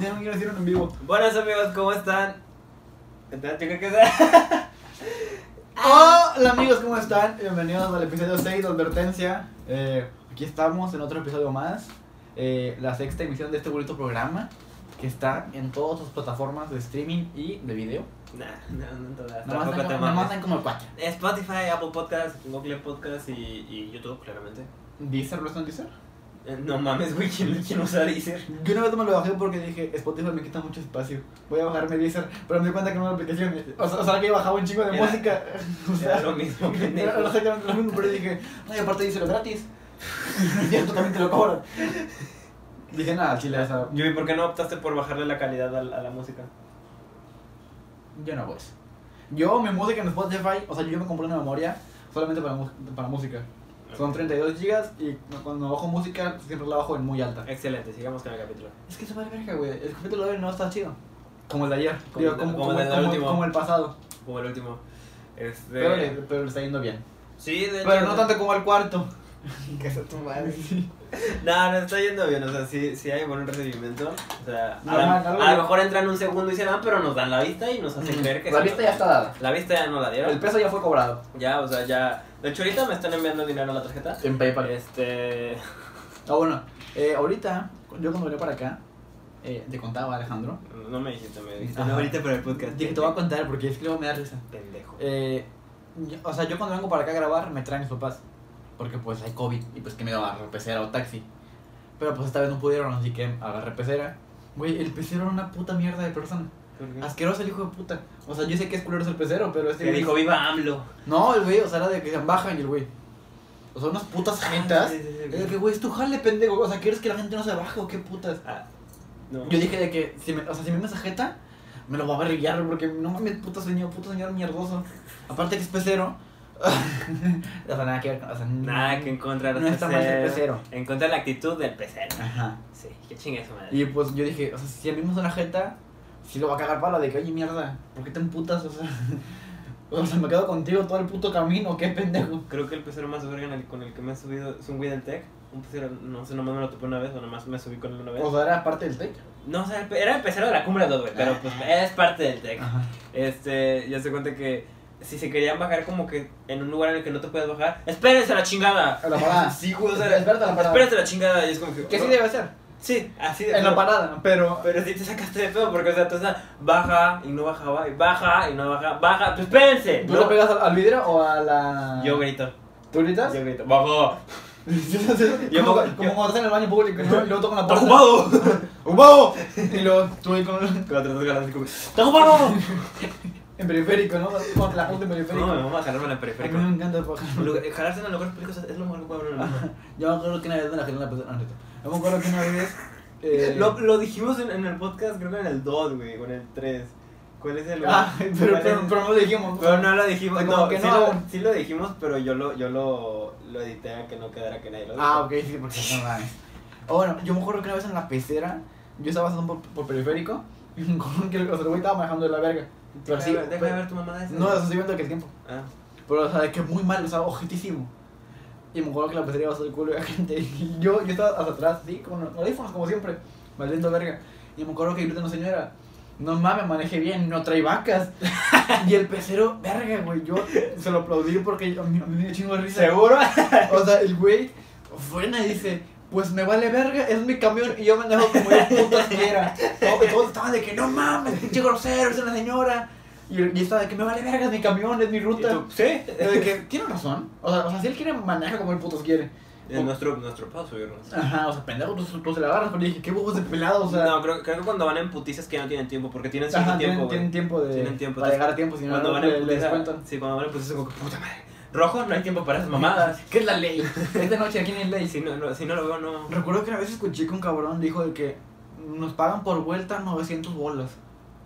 Ya no quiero decirlo en vivo. Buenas amigos, ¿cómo están? Entonces, yo creo que Hola amigos, ¿cómo están? Bienvenidos al episodio 6 de Advertencia. Eh, aquí estamos en otro episodio más. Eh, la sexta emisión de este bonito programa que está en todas sus plataformas de streaming y de video. Nah, no, no, en todas. Nada más Tampoco están te como- nada más mames. están como cuatro. Spotify, Apple Podcasts, Google Podcasts y, y YouTube, claramente. ¿Deezer lo están en Deezer? Eh, No mames, güey, ¿quién, quién usa Deezer? Yo una vez me lo bajé porque dije, Spotify me quita mucho espacio. Voy a bajarme Deezer, pero me di cuenta que no era una aplicación. O sea, o sea, que yo bajaba un chingo de Era- música. O sea, Era lo mismo, Era pendejo. exactamente lo mismo, pero dije, no, y aparte dice lo gratis. Y esto también te lo cobran. Dije, nada, chile, o sea, Yo, ¿y por qué no optaste por bajarle la calidad a, la- a la música? yo no voy. Yo, mi música en Spotify, o sea, yo me compré una memoria solamente para, mu- para música. Son 32 gigas y cuando bajo música siempre la bajo en muy alta. Excelente, sigamos con el capítulo. Es que se vale verga, güey. El capítulo de hoy no está chido. Como el de ayer. Como Digo, el- como, como como, el el, del como, último. como el pasado. Como el último. Este... Pero, le- pero le está yendo bien. Sí, de hecho- Pero no tanto como el cuarto. Que sea tu madre. No, no está yendo bien, o sea, sí, sí hay buen recibimiento. O sea, a, No, la- no, no, a no. lo mejor entran un segundo y dicen, ah, pero nos dan la vista y nos hacen creer que La sí vista nos ya dan. está dada. La vista ya no la El dieron. peso ya fue cobrado. Ya, o sea, ya. De hecho, ahorita me están enviando dinero a la tarjeta. En PayPal. Este. Ah, bueno, eh, ahorita, yo cuando venía para acá, eh, te contaba, Alejandro. No me dijiste, me dijiste. Ajá. No, ahorita para el podcast. Dije, te voy a contar porque es que luego me da risa. Pendejo. Eh, yo- o sea, yo cuando vengo para acá a grabar, me traen mis papás. Porque pues hay COVID y pues que me daba agarrar pecera o taxi. Pero pues esta vez no pudieron, así que agarré pecera. Güey, el pecero era una puta mierda de persona. Mm. Asqueroso el hijo de puta. O sea, yo sé que es culero ser pecero, pero este Te dijo, viva AMLO. No, el güey, o sea, era de que se bajan y el güey. O sea, unas putas gentas. Ah, Sí, sí, sí, Era de que, güey, es tu jale, pendejo. O sea, ¿quieres que la gente no se baje o qué putas? Ah, no. Yo dije de que, si me, o sea, si me mesajeta, me lo va a barrillar porque no mames, puto señor, puto señor mierdoso. Aparte que es pecero. o sea, nada que ver con. O sea, Nada que encontrar No está mal ser pecero. En contra de la actitud del pecero. Ajá. Sí, qué chingue su madre. Y pues yo dije, o sea, si a mí me usa una jeta, si lo va a cagar palo de que, oye, mierda, ¿por qué te emputas? O sea, o sea, me quedo contigo todo el puto camino, qué pendejo. Creo que el pecero más verga en el- con el que me he subido es un Weed Tech. Un pecero, no sé, nomás me lo topé una vez o nomás me subí con él una vez. O sea, era parte del tech. No, o sea, el pe- era el pecero de la cumbre de dos, güey, Ah. pero pues es parte del tech. Ajá. Este, ya se cuenta que si se querían bajar como que en un lugar en el que no te puedes bajar, ¡espérense a la chingada! A la parada. Sí, güey, o sea, Espérate a la parada. ¡espérense a la chingada! Y es como que... Que sí "No". debe ser. Sí, así de En la pedo. parada, pero. Pero si te sacaste de pedo porque, o sea, tú estás baja y no bajaba y baja y no baja, baja, pues espérense. ¿Tú ¿no? le pegas al, al vidrio o a la.? Yo grito, ¿Tú gritas? yo grito, bajo, Ah, Yo como, Yo- como cuando estás en el baño público ¿no? y luego tocan la está puerta. ocupado. ¡Ocupado! Y luego tú ahí con el- Con otras ganas así como, ¡está ocupado! en periférico, ¿no? Cuando te la junta en periférico. No, me vamos a jalarme en el a mí periférico. me encanta bajar. Lu- eh, Jalarse en los lugares públicos es lo mejor que puede haber en el mundo. Yo me acuerdo que una vez me la jalé en la persona. No, no, no. Yo me acuerdo que una vez. eh, Lo, lo dijimos en, en el podcast, creo que en el 2, güey, o en el 3. ¿Cuál es el Ah, pero, cuál pero, es- pero no lo dijimos. Pero no lo dijimos, Como no, que sí, no. Lo, sí lo dijimos, pero yo lo, yo lo, lo edité a que no quedara que nadie lo Ah, ok, sí, porque no mames. O bueno, yo me acuerdo que una vez en la pecera, yo estaba pasando por, por periférico y me acuerdo que el, o sea, el güey estaba manejando de la verga. Pero Deja, sí, de ver, deja pero- de ver tu mamá esa. No, eso estoy viendo que el tiempo. Ah, Pero, o sea, de que muy mal, o sea, objetísimo. Y me acuerdo que la pecera iba a el culo de la gente. Y yo, yo estaba hasta atrás, sí, con los audífonos, como siempre, valiendo verga. Y me acuerdo que grita una señora. No mames, manejé bien, no trae vacas. y el pecero, verga, güey. Yo se lo aplaudí porque a mí, a mí me dio chingo de risa. ¿Seguro? O sea, el güey frena y dice, pues me vale verga, es mi camión y yo manejo como yo putas quiera. Todo- Todos estaban de que no mames, pinche grosero, es una señora. Y yo estaba de que me vale verga, es mi camión, es mi ¿Y ruta. tú? ¿Sí? Yo de que tiene razón. O sea, o sea, si él quiere, maneja como el putos quiere. Es nuestro, nuestro paso, subirnos. Ajá, o sea, pendejo, tú, tú se la agarras, pero dije, qué huevos de pelado, o sea. no, creo, creo que cuando van en putizas que ya no tienen tiempo, porque tienen cierto ajá, tienen, tiempo, güey. tienen tiempo de, Tienen tiempo, para entonces, llegar a tiempo, si no, Cuando no van le, en le putiza, descuentan. sí, cuando van en putiza, como que puta madre. Rojo, no hay tiempo para esas mamadas. Mamadas, ¿qué es la ley? Esta noche aquí en el ley. Si no, no- si no lo veo, no. Recuerdo que una vez escuché que un cabrón dijo de que nos pagan por vuelta 900 bolas.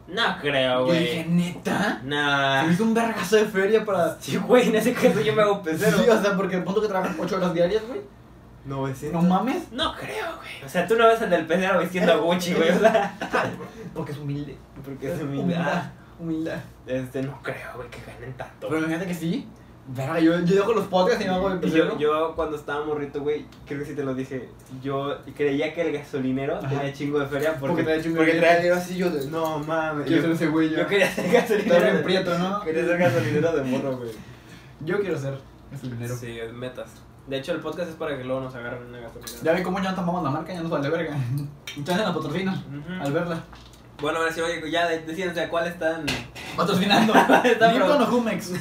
No creo, Yo dije, Ah, güey. Ah. ¿neta? Se me Nah. hizo un vergazo de feria para... Sí, güey, en ese caso yo me hago pecero. Sí, o sea, porque el punto que trabajan 8 horas diarias, güey. No No, Eh, mames. No creo, güey. O sea, tú no ves al del pecero vistiendo a Gucci, güey. O sea, Porque es humilde. eh, porque es humildad. Humildad. humildad. Este, no ah, creo, güey, que ganen tanto. Pero imagínate que sí. Verga, yo, yo dejo los podcasts y me hago el Y yo, primero. yo cuando estaba morrito, güey, creo que sí te lo dije, yo creía que el gasolinero Ajá. tenía chingo de feria Porque porque, trae chingo de porque feria. traía así yo de, no mames, Quiero ser yo, ese güey yo yo. quería ser Está gasolinero, bien de- prieto, ¿no? quería ser gasolinero de morro, güey. Yo quiero ser ese dinero. Sí, metas. De hecho, el podcast es para que luego nos agarren una Ya gasolinera. ve cómo ya tomamos la marca, ya nos vale verga. Entonces la patrocina Ujú. al verla. Bueno, ahora sí, oye, ya de- decían, o sea, ¿cuál están? Patrocinando. Está Lipton pro- o Jumex.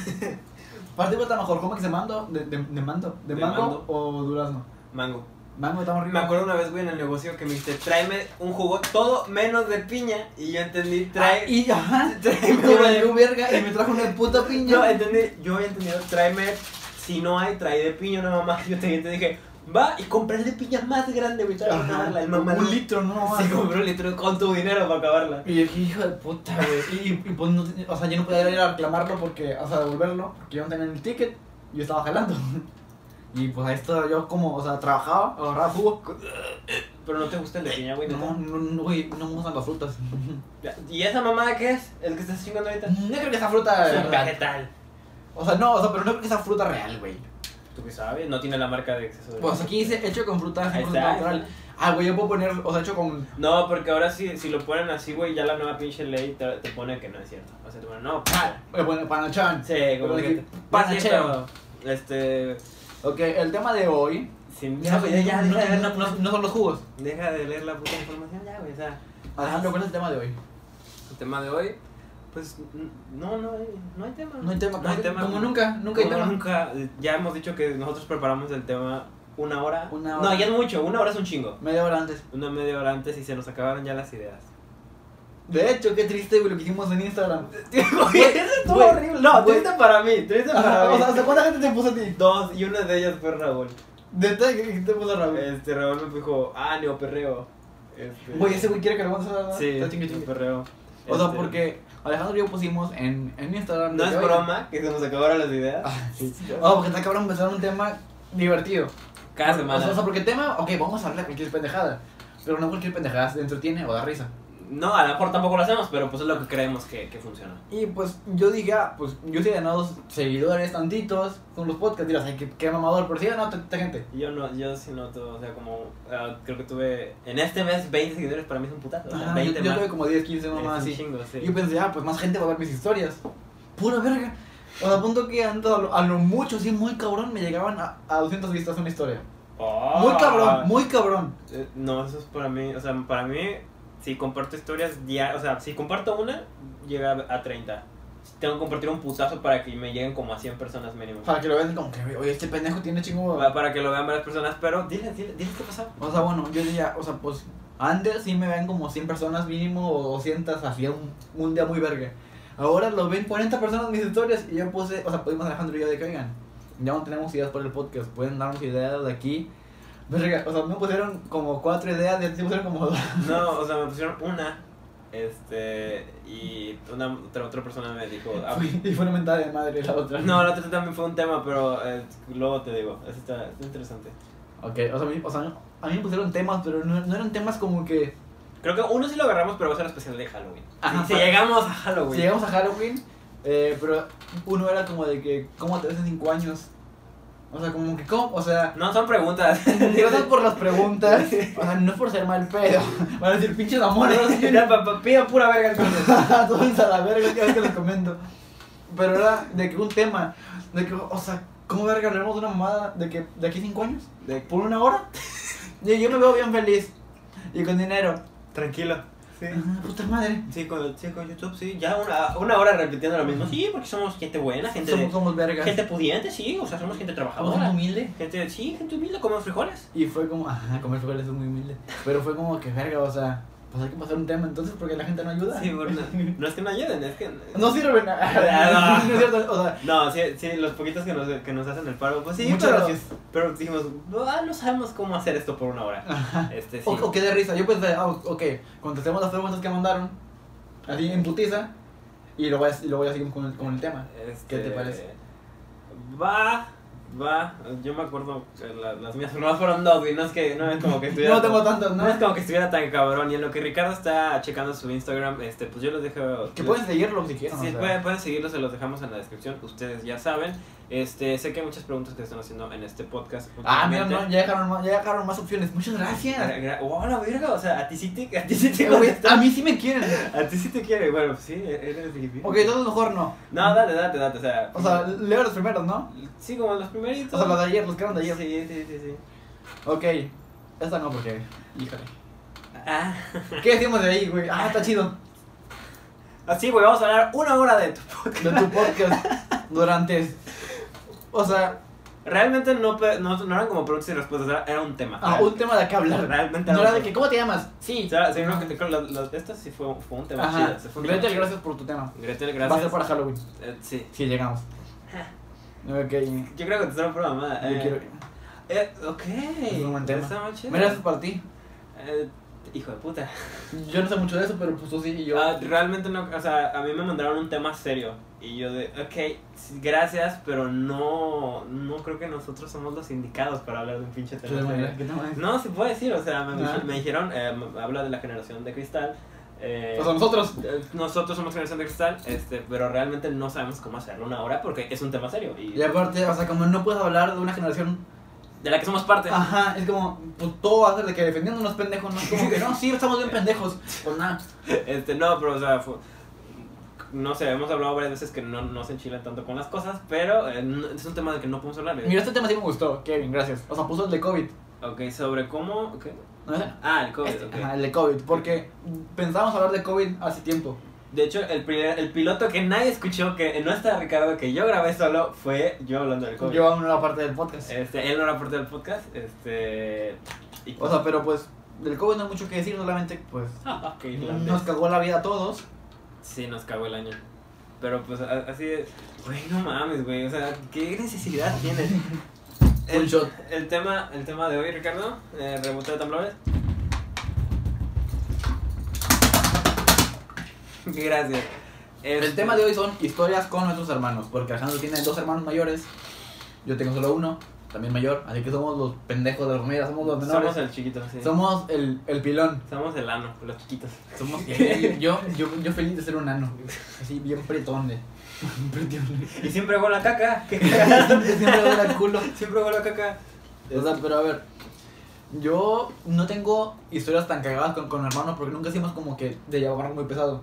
¿Parte cuesta mejor Jumex de mando? De, de, de mando. ¿De, De mango, mando. o durazno? Mango. Mango estamos Me arriba. acuerdo una vez, güey, en el negocio que me dijiste, tráeme un jugo todo menos de piña. Y yo entendí, trae. Ah, y ajá. tráeme Me una de- valió verga y me trajo una puta piña. Yo entendí, yo había entendido, tráeme, si no hay, trae de piña una mamá. Yo te, yo te dije, va y compras de piña más grande, güey, para acabarla. El mamá un litro, no se mames. compró un litro con tu dinero para acabarla. Y dije, hijo de puta, güey. Y, y pues, no, tenía- o sea, yo no podía ir a reclamarlo porque, o sea, devolverlo, porque yo no tenía el ticket. y Yo estaba jalando. Y pues ahí estaba yo como, o sea, trabajaba, agarraba jugo. Pero no te gusta el de piña, güey, No, neta. no, no, güey, no me gustan las frutas. Ya, ¿Y esa mamada qué es? ¿El que estás chingando ahorita? No creo que esa fruta. Es un vegetal. O sea, no, o sea, pero no creo que esa fruta real, güey. ¿Tú qué sabes? No tiene la marca de exceso de. Pues aquí dice hecho con fruta Ahí 100% está, ahí está. natural. Ah, güey, yo puedo poner, o sea, hecho con. No, porque ahora sí, si lo ponen así, güey, ya la nueva pinche ley te, te pone que no es cierto. O sea, te ponen, no, Ah, eh, bueno, panachán. Sí, como Pero que de te- que, panacheo. Este. Ok, el tema de hoy. Sin, No, ya, ya, deja, de- no, no- no son los jugos. deja de leer la puta información, ya, güey. O sea, Alejandro, ¿cuál es el tema de hoy? el tema de hoy, pues. n- No, no, hay- no hay tema. No hay tema, No hay tema. Como nunca, nunca hay Como tema. nunca. Ya hemos dicho que nosotros preparamos el tema una hora. Una No, hora. ya es mucho, una hora es un chingo. Media hora antes. Una media hora antes y se nos acabaron ya las ideas. De hecho, qué triste, güey, lo que hicimos en Instagram. Güey, eso estuvo güey, horrible. No, güey. triste para mí, triste para Ajá, mí. o sea, ¿hasta cuánta gente te puso a ti? Dos, y una de ellas fue Raúl. De todo que te puso a Raúl. Este, Raúl me dijo, ah, neoperreo. Este, Güey, ese güey quiere que lo vamos a Sí, Está chingue, chingue. neoperreo. O sea, Este, porque Alejandro y yo pusimos en, en Instagram. No de que, es oye, broma que se nos acabaron las ideas. Oh, porque está cabrón pensar un tema divertido. Cada O semana. sea, o sea, porque tema, ok, vamos a hablar de cualquier pendejada. Pero no cualquier pendejada se entretiene o da risa. No, a lo mejor tampoco lo hacemos, pero pues es lo que creemos que, que funciona. Y pues yo dije, ah, pues yo sí he ganado seguidores tantitos con los podcasts. Dirás, ay, qué, qué mamador. Pero sí he ganado tanta gente. Yo no, yo sí noto, o sea, como ah, creo que tuve en este mes 20 seguidores para mí es un putazo. O sea, Ajá, Ah, yo, 20 yo más. tuve como 10, 15 es mamás un así. chingo, sí. Yo pensé, ah, pues más gente va a ver mis historias. Pura verga. O sea, a punto que antes a lo, a lo mucho, sí, muy cabrón, me llegaban a, a 200 vistas una historia. Ah. Muy cabrón, muy cabrón. Eh, No, eso es para mí, o sea, para mí, si comparto historias diarias, o sea, si comparto una, llega a 30. Tengo que compartir un putazo para que me lleguen como a 100 personas mínimo. Para que lo vean como que, oye, este pendejo tiene chingo. Pa- Para que lo vean varias personas, pero dile, dile, dile qué pasó. O sea, bueno, yo decía, o sea, pues antes sí me ven como 100 personas mínimo o 200, hacía un, un día muy verga. Ahora lo ven 40 personas mis historias y yo puse, o sea, pudimos Alejandro y yo de que oigan, ya no tenemos ideas para el podcast, pueden darnos ideas de aquí. Verga, o sea, me pusieron como cuatro ideas, ya te pusieron como dos. No, o sea, me pusieron una, este, y una, otra, otra persona me dijo, ah, y fue una mentada de madre la otra. no, la otra también fue un tema, pero eh, luego te digo, eso está, está interesante. Ok, o sea, a mí, o sea, a mí me pusieron temas, pero no, no eran temas como que Creo que uno sí lo agarramos, pero va a ser especial de Halloween. Ajá. si, si llegamos a Si Halloween. llegamos a Halloween, eh, pero uno era como de que, ¿cómo te ves en 5 años? O sea, como que, ¿cómo? O sea, No, son preguntas. gracias por las preguntas, o sea, no es por ser mal pedo, van a decir pinches amores, Ya, pa- pa- pido pura verga entonces. todos a la verga, ya ves que les comento. Pero era de que un tema, de que, o sea, ¿cómo verga hablaremos de una mamada de que de aquí 5 años? De- ¿Por una hora? Y yo me veo bien feliz y con dinero. Tranquilo. Sí. Ah, Puta madre. Sí, con, sí, con YouTube, sí. Ya una, una hora repitiendo lo mismo. Sí, porque somos gente buena, gente, Somos, somos vergas. gente pudiente, sí. O sea, somos Somos gente gente trabajadora. humilde. Gente, sí, gente humilde, comemos frijoles. Y fue como, ajá, comer frijoles es muy humilde. Pero fue como que verga, o sea, pues hay que pasar un tema entonces porque la gente no ayuda. Sí, bueno, no es que no ayuden, es que... No sirve Ah, nada. no. No es cierto, o sea, No, sí, sí, los poquitos que nos, que nos hacen el paro, pues sí, muchas pero, gracias. pero dijimos, ah, no sabemos cómo hacer esto por una hora. Ajá. Este, sí. O, o qué de risa. Yo pensé, ah, ok, contestemos las preguntas que mandaron, así en putiza, y luego ya, y luego ya seguimos con el, con el tema. Este, ¿Qué te parece? Va, va. Yo me acuerdo, eh, la- las mías no fueron dos, y no es que, no es como que estuviera... no tengo tantas, No ¿no? es como que estuviera tan cabrón. Y en lo que Ricardo está checando su Instagram, este, pues yo los dejo. Que los- pueden seguirlo si quieren. Sí, o sea. pueden, pueden seguirlo, se los dejamos en la descripción. Ustedes ya saben. Este, sé que hay muchas preguntas que están haciendo en este podcast. Ah, mira, últimamente. no, ya dejaron, más- ya dejaron más opciones. Muchas Gra- gracias. gra- ¡Wow, la verga! O sea, a ti sí te, a ti sí te Eh, güey, contestó. a mí sí me quieren. A ti sí te quiere. Bueno, pues sí, eres hippie. Ok, entonces mejor no. No, date, date, date. O sea, O sea, leo los primeros, ¿no? sí, como los primeritos. O sea, los de ayer, los que eran de ayer. Sí, sí, sí, sí. Ok, esta no porque. Híjole. Ah. ¿Qué decimos de ahí, güey? Ah, está chido. Así, güey, vamos a hablar una hora de tu podcast. De tu podcast durante. O sea, Realmente no, pe- no, no eran como preguntas y respuestas, era, era un tema. a Ah, un tema de qué hablar. Realmente No era era un de tema. que, ¿cómo te llamas? Sí. O sea, sí, no, que te- con las- las- esto sí fue, fue un tema Ajá. chido. sí fue un tema Gretel, chido. gracias por tu tema. Gretel, Va a gracias. ser para Halloween. Eh, sí. Si llegamos. Ok. Yo Yo creo que te estaba por mamada. eh, quiero. eh, ok. Es un buen tema. Está muy chido. Mira, esto es para ti. Eh, hijo de puta. Yo no sé mucho de eso, pero pues tú sí y yo. Ah, realmente no, o sea, a mí me mandaron un tema serio y yo de, ok, sí, gracias, pero no, no creo que nosotros somos los indicados para hablar de un pinche ¿Qué tema te serio. manera? ¿Qué te manera? No, se puede decir, o sea, me, Ah. me dijeron, eh, m- habla de la generación de cristal. eh, O sea, Pues nosotros. eh, nosotros somos generación de cristal, este, pero realmente no sabemos cómo hacerlo una hora porque es un tema serio y Y aparte, o sea, como no puedes hablar de una generación. de la que somos parte. Ajá, es como, pues todo va a ser de que defendiéndonos pendejos, ¿no? Es Como que no, sí, estamos bien pendejos. Pues nada. Este, no, pero o sea, fue- no sé, hemos hablado varias veces que no, no se enchilan tanto con las cosas, pero eh, no- es un tema del que no podemos hablar. eh. Mira, este tema sí me gustó, Kevin, gracias. O sea, puso el de COVID. Ok, sobre cómo. qué? ¿No es? Ah, el COVID. ok. Este, Ajá, el de COVID, porque pensábamos hablar de COVID hace tiempo. De hecho, el, primer, el piloto que nadie escuchó, que no está Ricardo, que yo grabé solo, fue yo hablando del COVID. Yo aún no era parte del podcast. Este, él no era parte del podcast. Este. y- O sea, pero pues, del COVID no hay mucho que decir, solamente pues. Ah, ok, Nos irlandés. cagó la vida a todos. Sí, nos cagó el año. Pero pues a- así de. Güey, no mames, güey. O sea, ¿qué necesidad tienes? Un El, shot. el tema, el tema de hoy, Ricardo, eh, rebote de tambores. Gracias. Este, El tema de hoy son historias con nuestros hermanos, porque Alejandro tiene dos hermanos mayores, yo tengo solo uno, también mayor, así que somos los pendejos de la familia, somos los menores. Somos el chiquito, sí. Somos el, el pilón. Somos el ano, los chiquitos. Somos yo, yo, yo feliz de ser un ano. Así bien pretonde. Pretonde. Y siempre huele a caca. qué cagada. Siempre siempre huele al culo. siempre huele a caca. O sea, pero a ver. Yo no tengo historias tan cagadas con, con hermanos porque nunca hicimos como que de llevarnos muy pesado.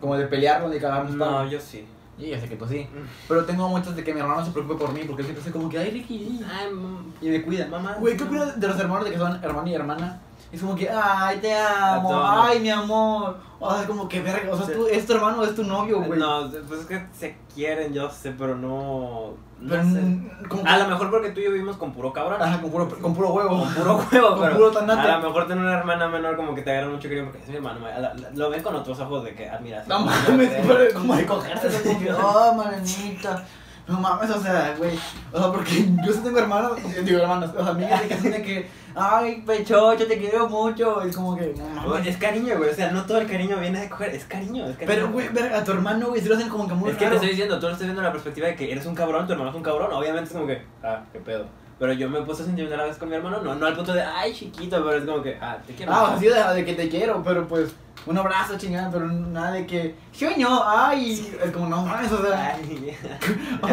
Como de pelearnos, de cagarnos. No, palo. yo sí. Y ya sé que tú sí. Pero tengo muchas de que mi hermano se preocupe por mí porque él siempre es como que, ay, Ricky. Ay, mam- Y me cuida. mamá. Güey, ¿qué opinas de los hermanos de que son hermano y hermana? Es como que, ay, te Te amo, amo. ay, mi amor. O sea, como que verga, o sea, tú, es tu hermano o es tu novio, güey. No, pues es que se quieren, yo sé, pero no. no pero sé. mm, como que, A lo mejor porque tú y yo vivimos con puro cabrón. ajá, con puro, con puro huevo. Con puro huevo, Con pero puro tanate. a lo mejor tener una hermana menor como que te agarra mucho cariño porque es mi hermano. ma- la- la- Lo ven con otros ojos de que admiración. No mames, Sí. pero como de cogerse, es como que, oh, manita. No mames, o sea, güey. O sea, porque yo sí tengo hermanos, eh, digo hermanas, o sea, amigas de que son de que, ay, pechocho, te quiero mucho. Es como que, "Ah, no mames. Güey, Es cariño, güey. O sea, no todo el cariño viene de coger. Es cariño, es cariño. Pero, güey, verga, a tu hermano, güey, se lo hacen como que muy Es que te raro. estoy diciendo, tú lo estás viendo en la perspectiva de que eres un cabrón, tu hermano es un cabrón. Obviamente es como que, ah, qué pedo. Pero yo me he puesto sentimental a veces con mi hermano, no, no al punto de, ay, chiquito, pero es como que, ah, te quiero. Ah, así de, de que te quiero, pero pues, un abrazo, chingada, pero nada de que, sueño, ay. Es como, no mames, o sea. Ay,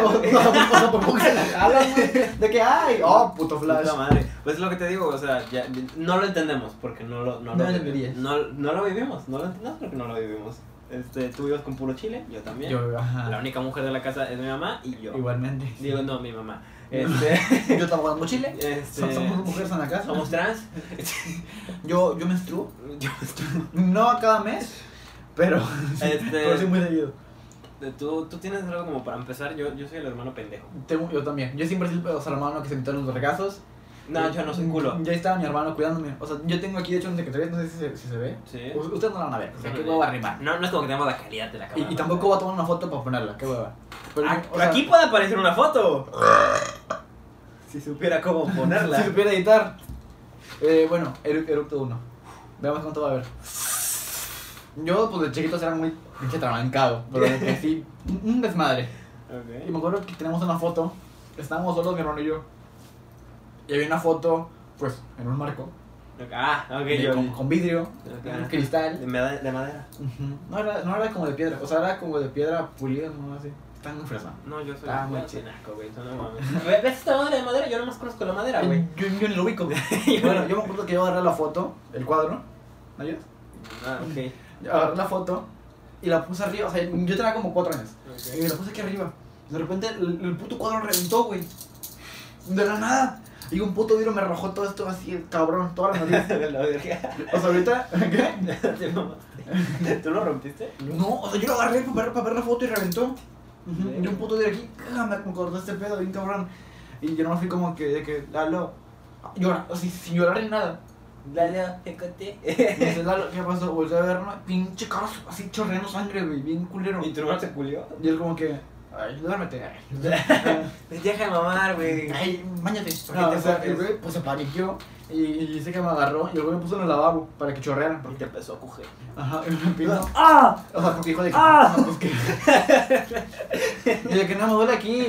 O sea, por- o sea, por poco se la jalan, güey. De que, ay, oh, puto flash. Puta madre. Pues es lo que te digo, o sea, ya- no lo entendemos porque no lo, No no lo, lo vivi- entenderías. no, no lo vivimos, no lo entendemos porque no lo vivimos. Este, tú vives con puro chile, yo también. Yo, ah. La ajá. única mujer de la casa es mi mamá y yo. Igualmente. Digo, no, mi mamá. Este, Yo tampoco amo chile. este, Som- Somos mujeres en la casa. somos trans. Yo, yo menstruo. Yo No cada mes, pero, Este- pero sí muy seguido. De- Tú, tú tienes algo como para empezar, yo, yo soy el hermano pendejo. Tengo- yo también. Yo siempre soy el pedazo hermano que se metió en los regazos. No, yo no soy culo. Eh, Ya estaba mi hermano cuidándome. O sea, yo tengo aquí, de hecho, un secretario, no sé si se, si se ve. Sí. U- Ustedes Pues, no la van a ver. O sea, qué hueva arriba. No, no es como que tengamos la calidad de la Y, cámara. y tampoco voy a tomar una foto para ponerla, qué hueva. Pero, Ah, o sea, aquí puede aparecer una foto. si supiera cómo Si ponerla. supiera editar. Eh, bueno, eru- Eructo 1. Veamos cuánto va a haber. Yo, pues de chiquitos era muy pinche trabancado. Pero de que sí, un- un desmadre. Y me acuerdo que tenemos una foto. Estábamos solos, mi hermano y yo. Y había una foto, pues, en un marco. Ok. Ah, ok, de- yo. con, con vidrio, Ok. un cristal. De, made- de madera. Ujú. no, era, no era como de piedra, o sea, era como de piedra pulida, no así. Están muy fresas. No, yo soy Ah, yo muy soy chido. naco, güey. Eso no mames. Ve- ¿Ves esta onda de madera? Yo nomás conozco la madera, güey. Yo, yo ni lo ubico. bueno, yo me acuerdo que yo agarré la foto, el cuadro, ¿me ayudas? Ah, ok. Yo agarré la foto y la puse arriba, o sea, yo tenía como cuatro años. Y ok. la puse aquí arriba. De repente el, el puto cuadro reventó, güey. De la nada. Y un puto vidrio me rajó todo esto así, cabrón, toda la nariz. La verga. O sea, ahorita, ¿qué? Te mamaste. ¿Tú lo rompiste? No, o sea, yo lo agarré para ver, para ver la foto y reventó. Ujú, Verga. Y un puto de aquí, ah, me me cortó este pedo, bien cabrón. Y yo no fui como que, de que, Lalo, llora, así, sin llorar ni nada. Dale, te conté. Y dice, Lalo, ¿qué pasó? Volví a verlo, pinche cabrón, así chorreando sangre, güey, bien culero. ¿Y tu hermano se culió? Y él como que, ay, duérmete, ay, Deja de mamar, güey. ay, mañate. ¿Por qué No, te o sea, pones? el güey, pues se paniqueó. Y, y dice que me agarró y el güey me puso en el lavabo para que chorreara. Y te empezó a coger. Ajá, y me pidió. ¡Ah! O sea, porque hijo de ¡Ah! no, pues que. y de que no me duele aquí.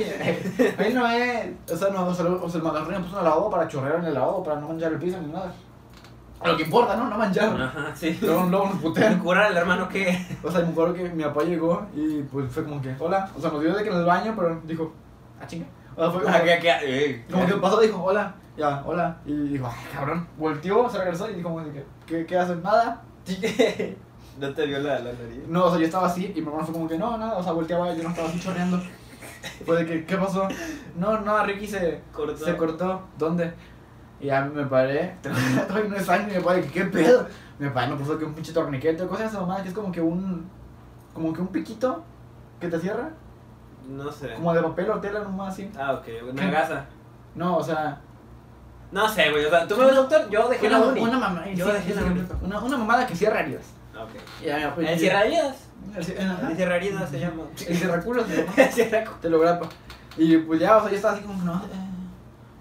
Ahí no es. O sea, no, o sea, lo- o sea, el magarrón me puso una lavabo para chorrear en el lavabo, para no manchar el piso ni nada. A lo que importa, ¿no? No manchar. Ajá, sí. Luego, luego nos putean. ¿Curar al hermano qué? O sea, me acuerdo que mi papá llegó y pues fue como que, hola. O sea, nos dio de que en el baño, pero dijo, ah, chinga. O sea, fue como, Ah, que- que- eh. como que pasó, dijo, hola, ya, hola. Y dijo, ah, cabrón. Volteó, se regresó y dijo, como de que, ¿qué, qué hacen? Nada. No te vio la, la nariz. No, o sea, yo estaba así y mi hermano fue como que no, nada, o sea, volteaba y yo no estaba así chorreando. Fue de que, ¿qué pasó? No, no, Ricky se, Cortó. se cortó. ¿Dónde? Y ya me paré, todavía no es sangre, me paré, ¿qué pedo? Me paré, me puso que un pinche torniquete, cosas de esa mamada que es como que un, como que un piquito que te cierra, No sé. como de papel o tela, nomás así. Ah, ok. Una ¿Qué? gasa. No, o sea, No sé, güey. O sea, tú me ves, doctor. Yo dejé una, la una, uni. mamada, Yo sí, dejé la uni. una, una mamada que cierra heridas. Ah, Ok. Y ya, pues, El y- Sierra Heridas. El cier- ajá. El Sierra Heridas se llama. El cierraculos, se llama. El Sierra Cu- te lo grapa. Y pues ya, o sea, yo estaba así como que no, eh,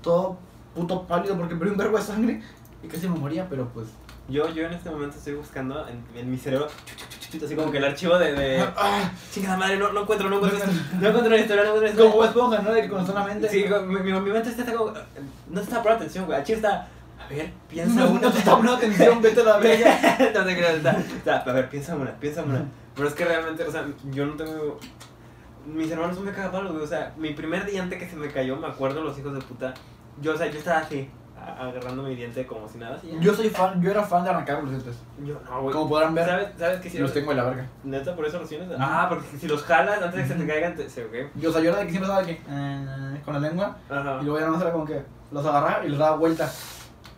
todo puto pálido porque perdí un verbo de sangre y casi me moría, pero pues. Yo, yo en este momento estoy buscando en, en mi cerebro, chu, chu, chu, chu, chu, así como que el archivo de... de Ah, Chingada madre, no, no encuentro, no encuentro esto, no encuentro esto, no encuentro esto. como Bob esponja, ¿no? De que cuando está en la mente. Sí, como- mi, mi, mi mente está, está como... eh, No está poniendo atención, güey. Aquí está... A ver, piensa no, una... no te está poniendo atención, vete a la verga. no te creas, está, está, a ver, piensa una, piensa una. Pero es que realmente, o sea, yo no tengo. Mis hermanos son me cagan palos, güey. O sea, mi primer diente que se me cayó, me acuerdo, los hijos de puta. Yo, o sea, yo estaba así, a- agarrando mi diente como si nada. así. Yo soy fan, yo era fan de arrancar los dientes. yo no, güey. Como podrán ver, ¿Sabes, ¿Sabes qué si los tengo de la verga. Neta, por eso los tienes. Ajá. Ah, porque si los jalas antes de que se te caigan, te. Sí, ok. Yo, o sea, yo era de que siempre estaba de que, eh, con la lengua Ajá. y luego ya nomás era como que los agarraba y les daba vuelta.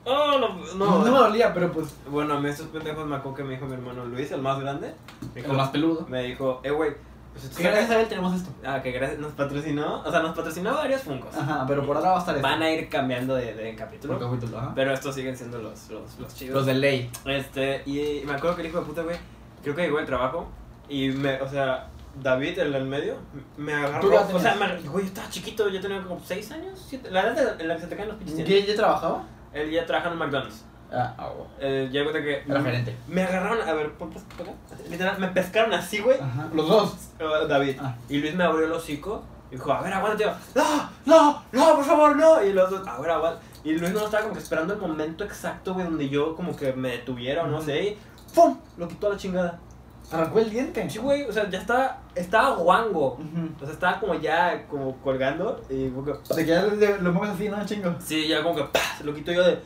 Oh, no, No, no. me dolía, pero pues, Bueno, a mí esos pendejos me acuerdo que me dijo mi hermano Luis, el más grande. Me dijo, con más peludo. me dijo eh, güey, pues tú Que sacas- gracias a él tenemos esto. Ah, que gracias, nos patrocinó, o sea, nos patrocinó varios Funkos. Ajá, pero por ahora va a estar esto. Van a ir cambiando de, de Por capítulo, capítulo, ajá. pero estos siguen siendo los, los, los chidos. Los de ley. Este, y me acuerdo que el hijo de puta, güey, creo que llegó del trabajo y me, o sea, David, el del medio, me Tú agarró, ya o sea, me- güey, yo estaba chiquito, yo tenía como 6 años, 7, la edad en la que se te caen los pinches dientes. ¿Qué? ¿Ya trabajaba? Él ya trabaja en McDonald's. Ah, ah, bueno. Eh, ya cuenta que... Era gerente. Me agarraron, a ver, ¿por qué? por acá? Literal, me pescaron así, güey, Ajá. Los dos. Eh, David. Ah. Y Luis me abrió el hocico y dijo, a ver, aguántate. Y yo, No, no, no, por favor, no. Y los dos, a ver, aguántate. Y Luis no estaba como que esperando el momento exacto, güey, donde yo como que me detuviera o no sé. Y ¡pum! Lo quitó a la chingada. Arrancó el diente. Sí, güey, o sea, ya estaba, estaba guango. Ujú. O sea, estaba como ya, como colgando. Y como que, De que ya le- lo mueves así, ¿no, chingo? sí, ya como que, ¡pah! Se lo quito yo de,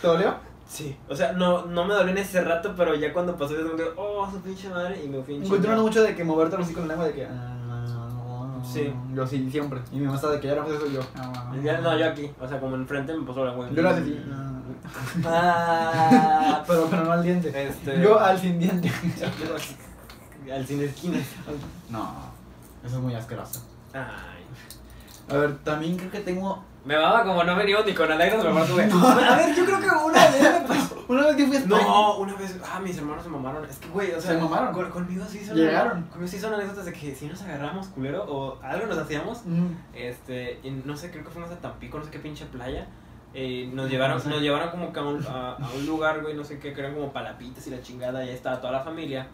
¿Te dolió? sí. O sea, no, no me dolió en ese rato, pero ya cuando pasó, yo como que, oh, su pinche madre. Y me fui en Güey, tú no chinga. andas mucho de que moverte así con la lengua de que... ah, Sí. Yo sí, siempre. Y mi mamá está de que ya no haces eso yo. ah, Ya, No, yo aquí, o sea, como enfrente me pasó la güey. Yo lo hace así. Ah, ah, Pero, pero no al diente. este, Yo al sin diente. yo- al sin esquinas. No, eso es muy asqueroso. Ay. A ver, también creo que tengo... Me baba como no venimos ni con alegres, pero tuve. A ver, yo creo que una vez me pasó. Una vez que fui a España... No, una vez. Ah, mis hermanos se mamaron. Es que, güey, o sea. Se mamaron. con- conmigo sí son. Llegaron. Conmigo sí son anécdotas de que si nos agarramos culero o algo nos hacíamos. Mm. Este, y no sé, creo que fuimos a Tampico, no sé qué pinche playa. eh, nos llevaron, nos llevaron como que a un, a, a un lugar, güey, no sé qué, que eran como palapitas y la chingada, y ahí estaba toda la familia.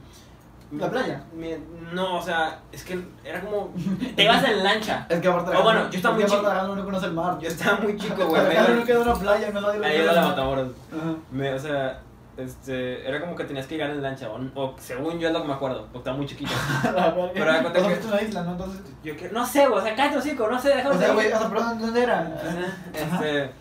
¿La playa? Mi- no, o sea, es que era como. Te ibas en lancha. Es que aparte... Oh, bueno, yo estaba muy Es que aparte Alejandro no conoce el mar. Yo estaba muy chico, güey. Alejandro Me no quedó en la playa, no sabe lo me que ayudó es la el mar. Matamoros. Ajá. Me, o sea, este, era como que tenías que llegar en lancha, o, o según yo es lo que me acuerdo, porque estaba muy chiquito. la verga. Pero da cuenta o sea, que- esto es una isla, ¿no? Entonces, Yo que, no sé, güey, o sea, cállate, hocico, no sé, déjame. o sea, seguir. güey, o sea, perdón, ¿dónde era? Ajá, Este,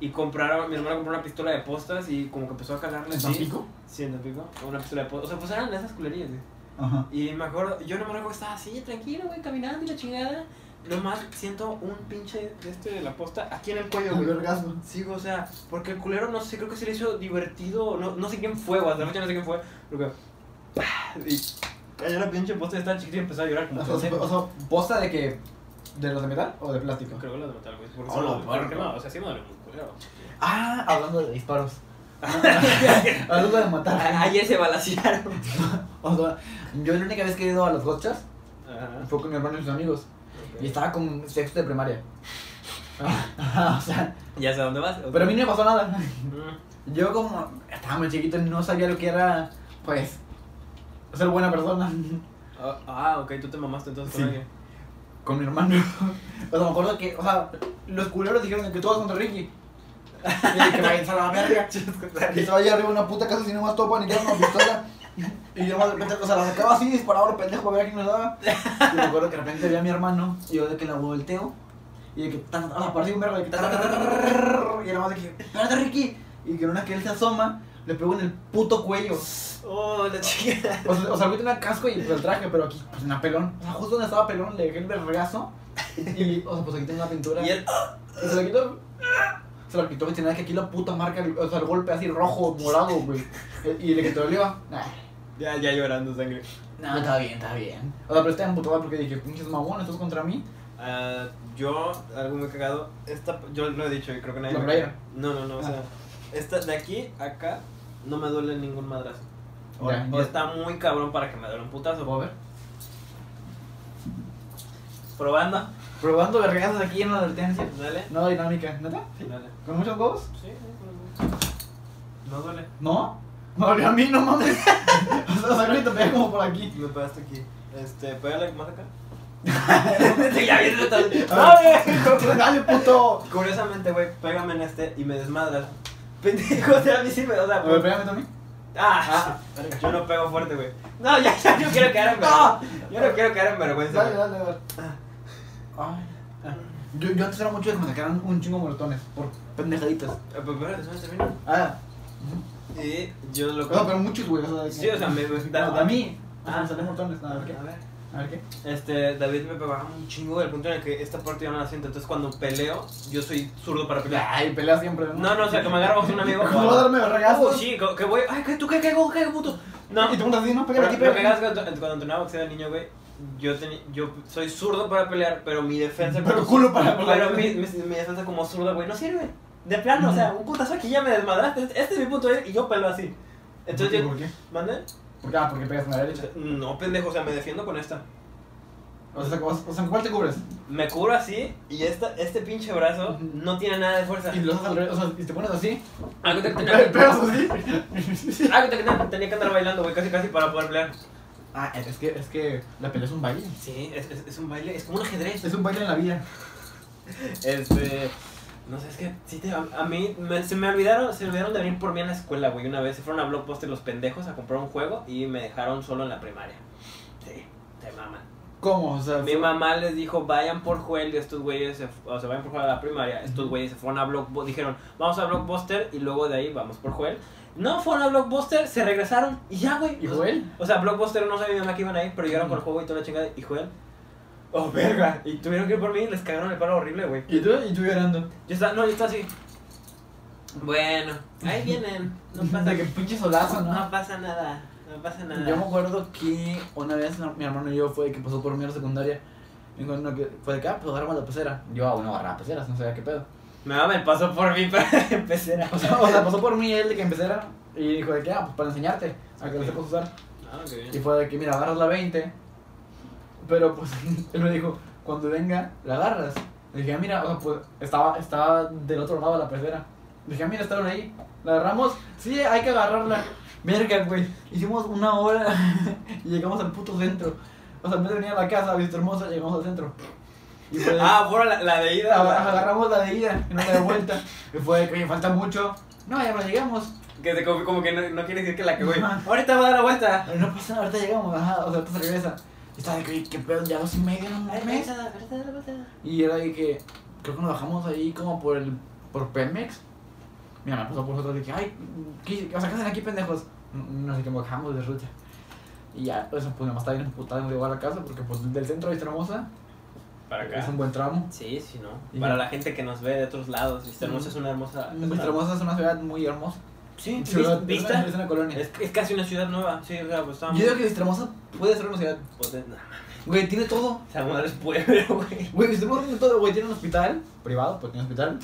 y compraron, mi hermana compró una pistola de postas y como que empezó a calarle. ¿En Tampico? Sí, en Tampico, una pistola de postas. O sea, pues eran esas culerías, güey. Ajá. Y me acuerdo, yo no me acuerdo, estaba así, tranquilo, güey, caminando y la chingada. Nomás siento un pinche de este de la posta aquí en el cuello, Un güey. orgasmo. Sí, güey, o sea, porque el culero, no sé, creo que se le hizo divertido, no, no sé quién fue, güey, hasta la fecha no sé quién fue, pero que, ¡pah! y cayó la pinche posta, estaba chiquito y empezó a llorar como O sea, pendejo. o sea, posta de que. ¿De los de metal o de plástico? Creo que lo de metal, güey, porque Oh, sí me la dolió- porque verga. no, o sea, sí me dolió un culero. Ah, hablando de disparos. hablando de matar. A- Ayer se balasearon. O sea, yo la única vez que he ido a los gochas Ajá. fue con mi hermano y sus amigos. Y estaba con sexto de primaria. o sea, Ya sé a dónde vas. pero a mí no me pasó nada. Mm. Yo como estaba muy chiquito no sabía lo que era, pues, ser buena persona. Ah, ah, ok, tú te mamaste entonces Sí. con alguien. Con mi hermano. O sea, me acuerdo que, o sea, los culeros dijeron que todos contra Ricky. Y de que vayan a la verga. Y estaba allá arriba en una puta casa sin más todo panicado con una pistola. Y yo más de repente, o sea, la sacaba así, disparaba lo pendejo para ver a quién nos daba. Y me acuerdo que de repente vi a mi hermano y yo de que la volteo. Y de que, tan, o sea, parecía un verbo de que. tan, tan, tan, tan, tan, Y era más de que, espérate Ricky. Y que en una que él se asoma, le pegó en el puto cuello. Oh, la chica. O sea, o sea, ahorita una casco y pues, el traje, pero aquí, pues una pelón. O sea, justo donde estaba pelón, le dejé el vergazo. Y, o sea, pues aquí tengo una pintura. Y él. Y se lo quitó. Se lo quitó, que tenía que aquí la puta marca, o sea, el golpe así rojo, morado, güey. Y le que te dolió, nah, Ya, ya llorando sangre. no, está bien, está bien. O sea, pero estaba emputado porque dije, pinches mamón, estás contra mí. Ah, yo, algo muy cagado. Esta, yo lo he dicho y creo que nadie. La me- playa. No, no, no. O Ah. sea, esta, de aquí a acá no me duele ningún madrazo. O, Ya, o ya. está muy cabrón para que me duele un putazo. ¿Puedo ver? Probando. Probando vergazos aquí en la advertencia. Dale. No dinámica, ¿neta? Dale. ¿Con muchos huevos? Sí, no duele. ¿No? Me dolió a mí, no mames. o sea, sacó y te pegué como por aquí. Me pegaste aquí. Este, pégale más acá. ya Ah, bien A ver, dale, puto. Curiosamente, güey, pégame en este y me desmadras. Pendejo, o sea, a mí sí me. O sea, A ver, pégame también. ah, yo no pego fuerte, güey. No, ya, ya, yo quiero quedar en vergüenza. Yo no quiero quedar en vergüenza. Dale, güey. dale, dale. Ah. Ay. ah. Yo, yo antes era mucho de que me sacaran un chingo de moretones por pendejaditas. Eh, Pero espérate, eso no termina. Ah, Y yo lo. no, pero muchos, güey. O sea, Sí, o sea, me. me- No, a mí. Ah. Ah, me salían moretones. A nada, A ver ver, qué. a ver. A ver qué. Este, David me pegaba un chingo del punto en el que esta parte yo no la siento. Entonces, cuando peleo, yo soy zurdo para pelear. Ay, pelea siempre. No, no, o sea, que me agarramos un amigo. ¿Cómo va a darme Oh, vergazos? sí, que que voy. Ay, que tú qué, qué, qué, qué puto. No, Y te preguntas así, no, Pero pégale aquí, pero pégale. que hagas cuando, cuando entrenaba boxeo de niño, güey, yo, teni- yo soy zurdo para pelear, pero mi defensa... Pero como- culo para pelear. Pero mi, mi, mi defensa como zurda, güey, no sirve. De plano, o sea, Mm. un putazo aquí ya me desmadraste. Este este es mi punto y yo peleo así. Entonces ¿Por yo... qué? ¿Mandé? ¿Por qué? Ah, porque pegas en la derecha. No, pendejo, o sea, me defiendo con esta. O sea, o sea, ¿cuál te cubres? Me cubro así y esta, este pinche brazo Ujú. no tiene nada de fuerza. Y lo haces al revés, o sea, y te pones así. Algo te- Y te- pe- pegas algo así. te- te- tenía que andar bailando, güey, casi casi para poder pelear. Ah, es que, es que la pelea es un baile. Sí, es, es, es un baile, es como un ajedrez. Es un baile en la vida. Este. No sé, es que sí te- a, a mí me- se me olvidaron, se olvidaron de venir por mí a la escuela, güey. Una vez se fueron a Blockbuster los pendejos a comprar un juego y me dejaron solo en la primaria. Sí, te maman. ¿Cómo? O sea, Mi mamá les dijo, vayan por Joel y estos güeyes, se, fu- o sea, vayan por Joel a la primaria. Estos güeyes se fueron a Blockbuster, dijeron, vamos a Blockbuster y luego de ahí vamos por Joel. No fueron a Blockbuster, se regresaron y ya, güey. ¿y Joel? O sea, Blockbuster no sabía mi mamá que iban ahí, pero llegaron con el juego y toda la chingada y Joel. Oh, verga. Y tuvieron que ir por mí y les cagaron el paro horrible, güey. ¿Y tú? ¿Y tú llorando? Yo estaba, no, yo estaba así. Bueno, ahí vienen. No pasa, De que pinche solazo, no ¿no? pasa nada. No pasa Yo me nada. acuerdo que una vez no, mi hermano y yo fue que pasó por mí a la secundaria. Y dijo, no, que fue de acá, pues agarramos la pecera. Yo a una barra peceras, no sabía qué pedo. Mi mamá me pasó por mí para empezar a. O sea, o sea, pasó por mí él de que empezara y dijo de que, ah, pues para enseñarte a que lo sepas usar. Ah, qué Y bien. fue de que, mira, agarras la 20. Pero pues él me dijo, cuando venga, la agarras. Le dije, ah, mira, o sea, pues estaba, estaba del otro lado de la pecera. Le dije, ah, mira, estaban ahí. ¿La agarramos? Sí, hay que agarrarla. Verga, güey. Hicimos una hora y llegamos al puto centro. O sea, en vez de venir a la casa a Vista Hermosa, llegamos al centro. Y fue de- Ah, bueno, la, la de ida. Aga- agarramos la de ida y no la de vuelta. Y fue de que, oye, falta mucho. No, ya no llegamos. Que se como, como que no, no quiere decir que la cagó. y, Ajá. Ahorita va a dar la vuelta. No pasa nada, ahorita llegamos, ajá, o sea, ahorita se regresa. Y estaba de que, "Oye, qué pedo, ya dos y media, no mames. ahorita da la vuelta. Y era de que, creo que nos bajamos ahí como por el, por Pemex. Mi mamá pasó por nosotros de que, ay, ¿qué, o sea, ¿qué hacen aquí, pendejos? No no sé, que bajamos de ruta. Y ya, pues, pues mamá está bien emputada, nos llevó a la casa, porque pues del centro de Vista Hermosa Para es un acá. buen tramo. Sí, sí, ¿no? Y Para ya. la gente que nos ve de otros lados, Vista Hermosa es una hermosa. Vista Hermosa es una ciudad muy hermosa. Sí, Ciudad- vis- Vista. Es una colonia. Es, es casi una ciudad nueva. Sí, o sea, pues Yo estábamos. digo que Vista Hermosa puede ser una ciudad. Pues, no, Güey, tiene todo. Esa madre es pueblo, güey. Güey, Vista Hermosa tiene todo. Güey, tiene un hospital privado, pues tiene un hospital.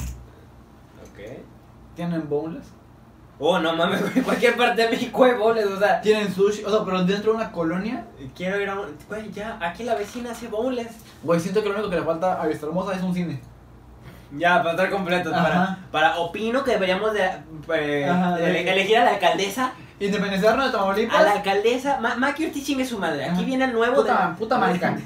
Ok. Tienen boneless. Oh, no mames, güey. Cualquier parte de México hay boles, o sea. Tienen sushi. O sea, pero dentro de una colonia Quiero ir a un. Güey, ya, aquí la vecina hace bowls. Güey, siento que lo único que le falta a Vista Hermosa es un cine. Ya, para estar completos. Para, Ajá. para opino que deberíamos de, eh, Ajá, ele- de- elegir a la alcaldesa. Independizarnos de Tamaulipas. A la alcaldesa. Ma Maki Ortiz chingue su madre. Aquí Ajá. viene el nuevo Puta, de. puta marca.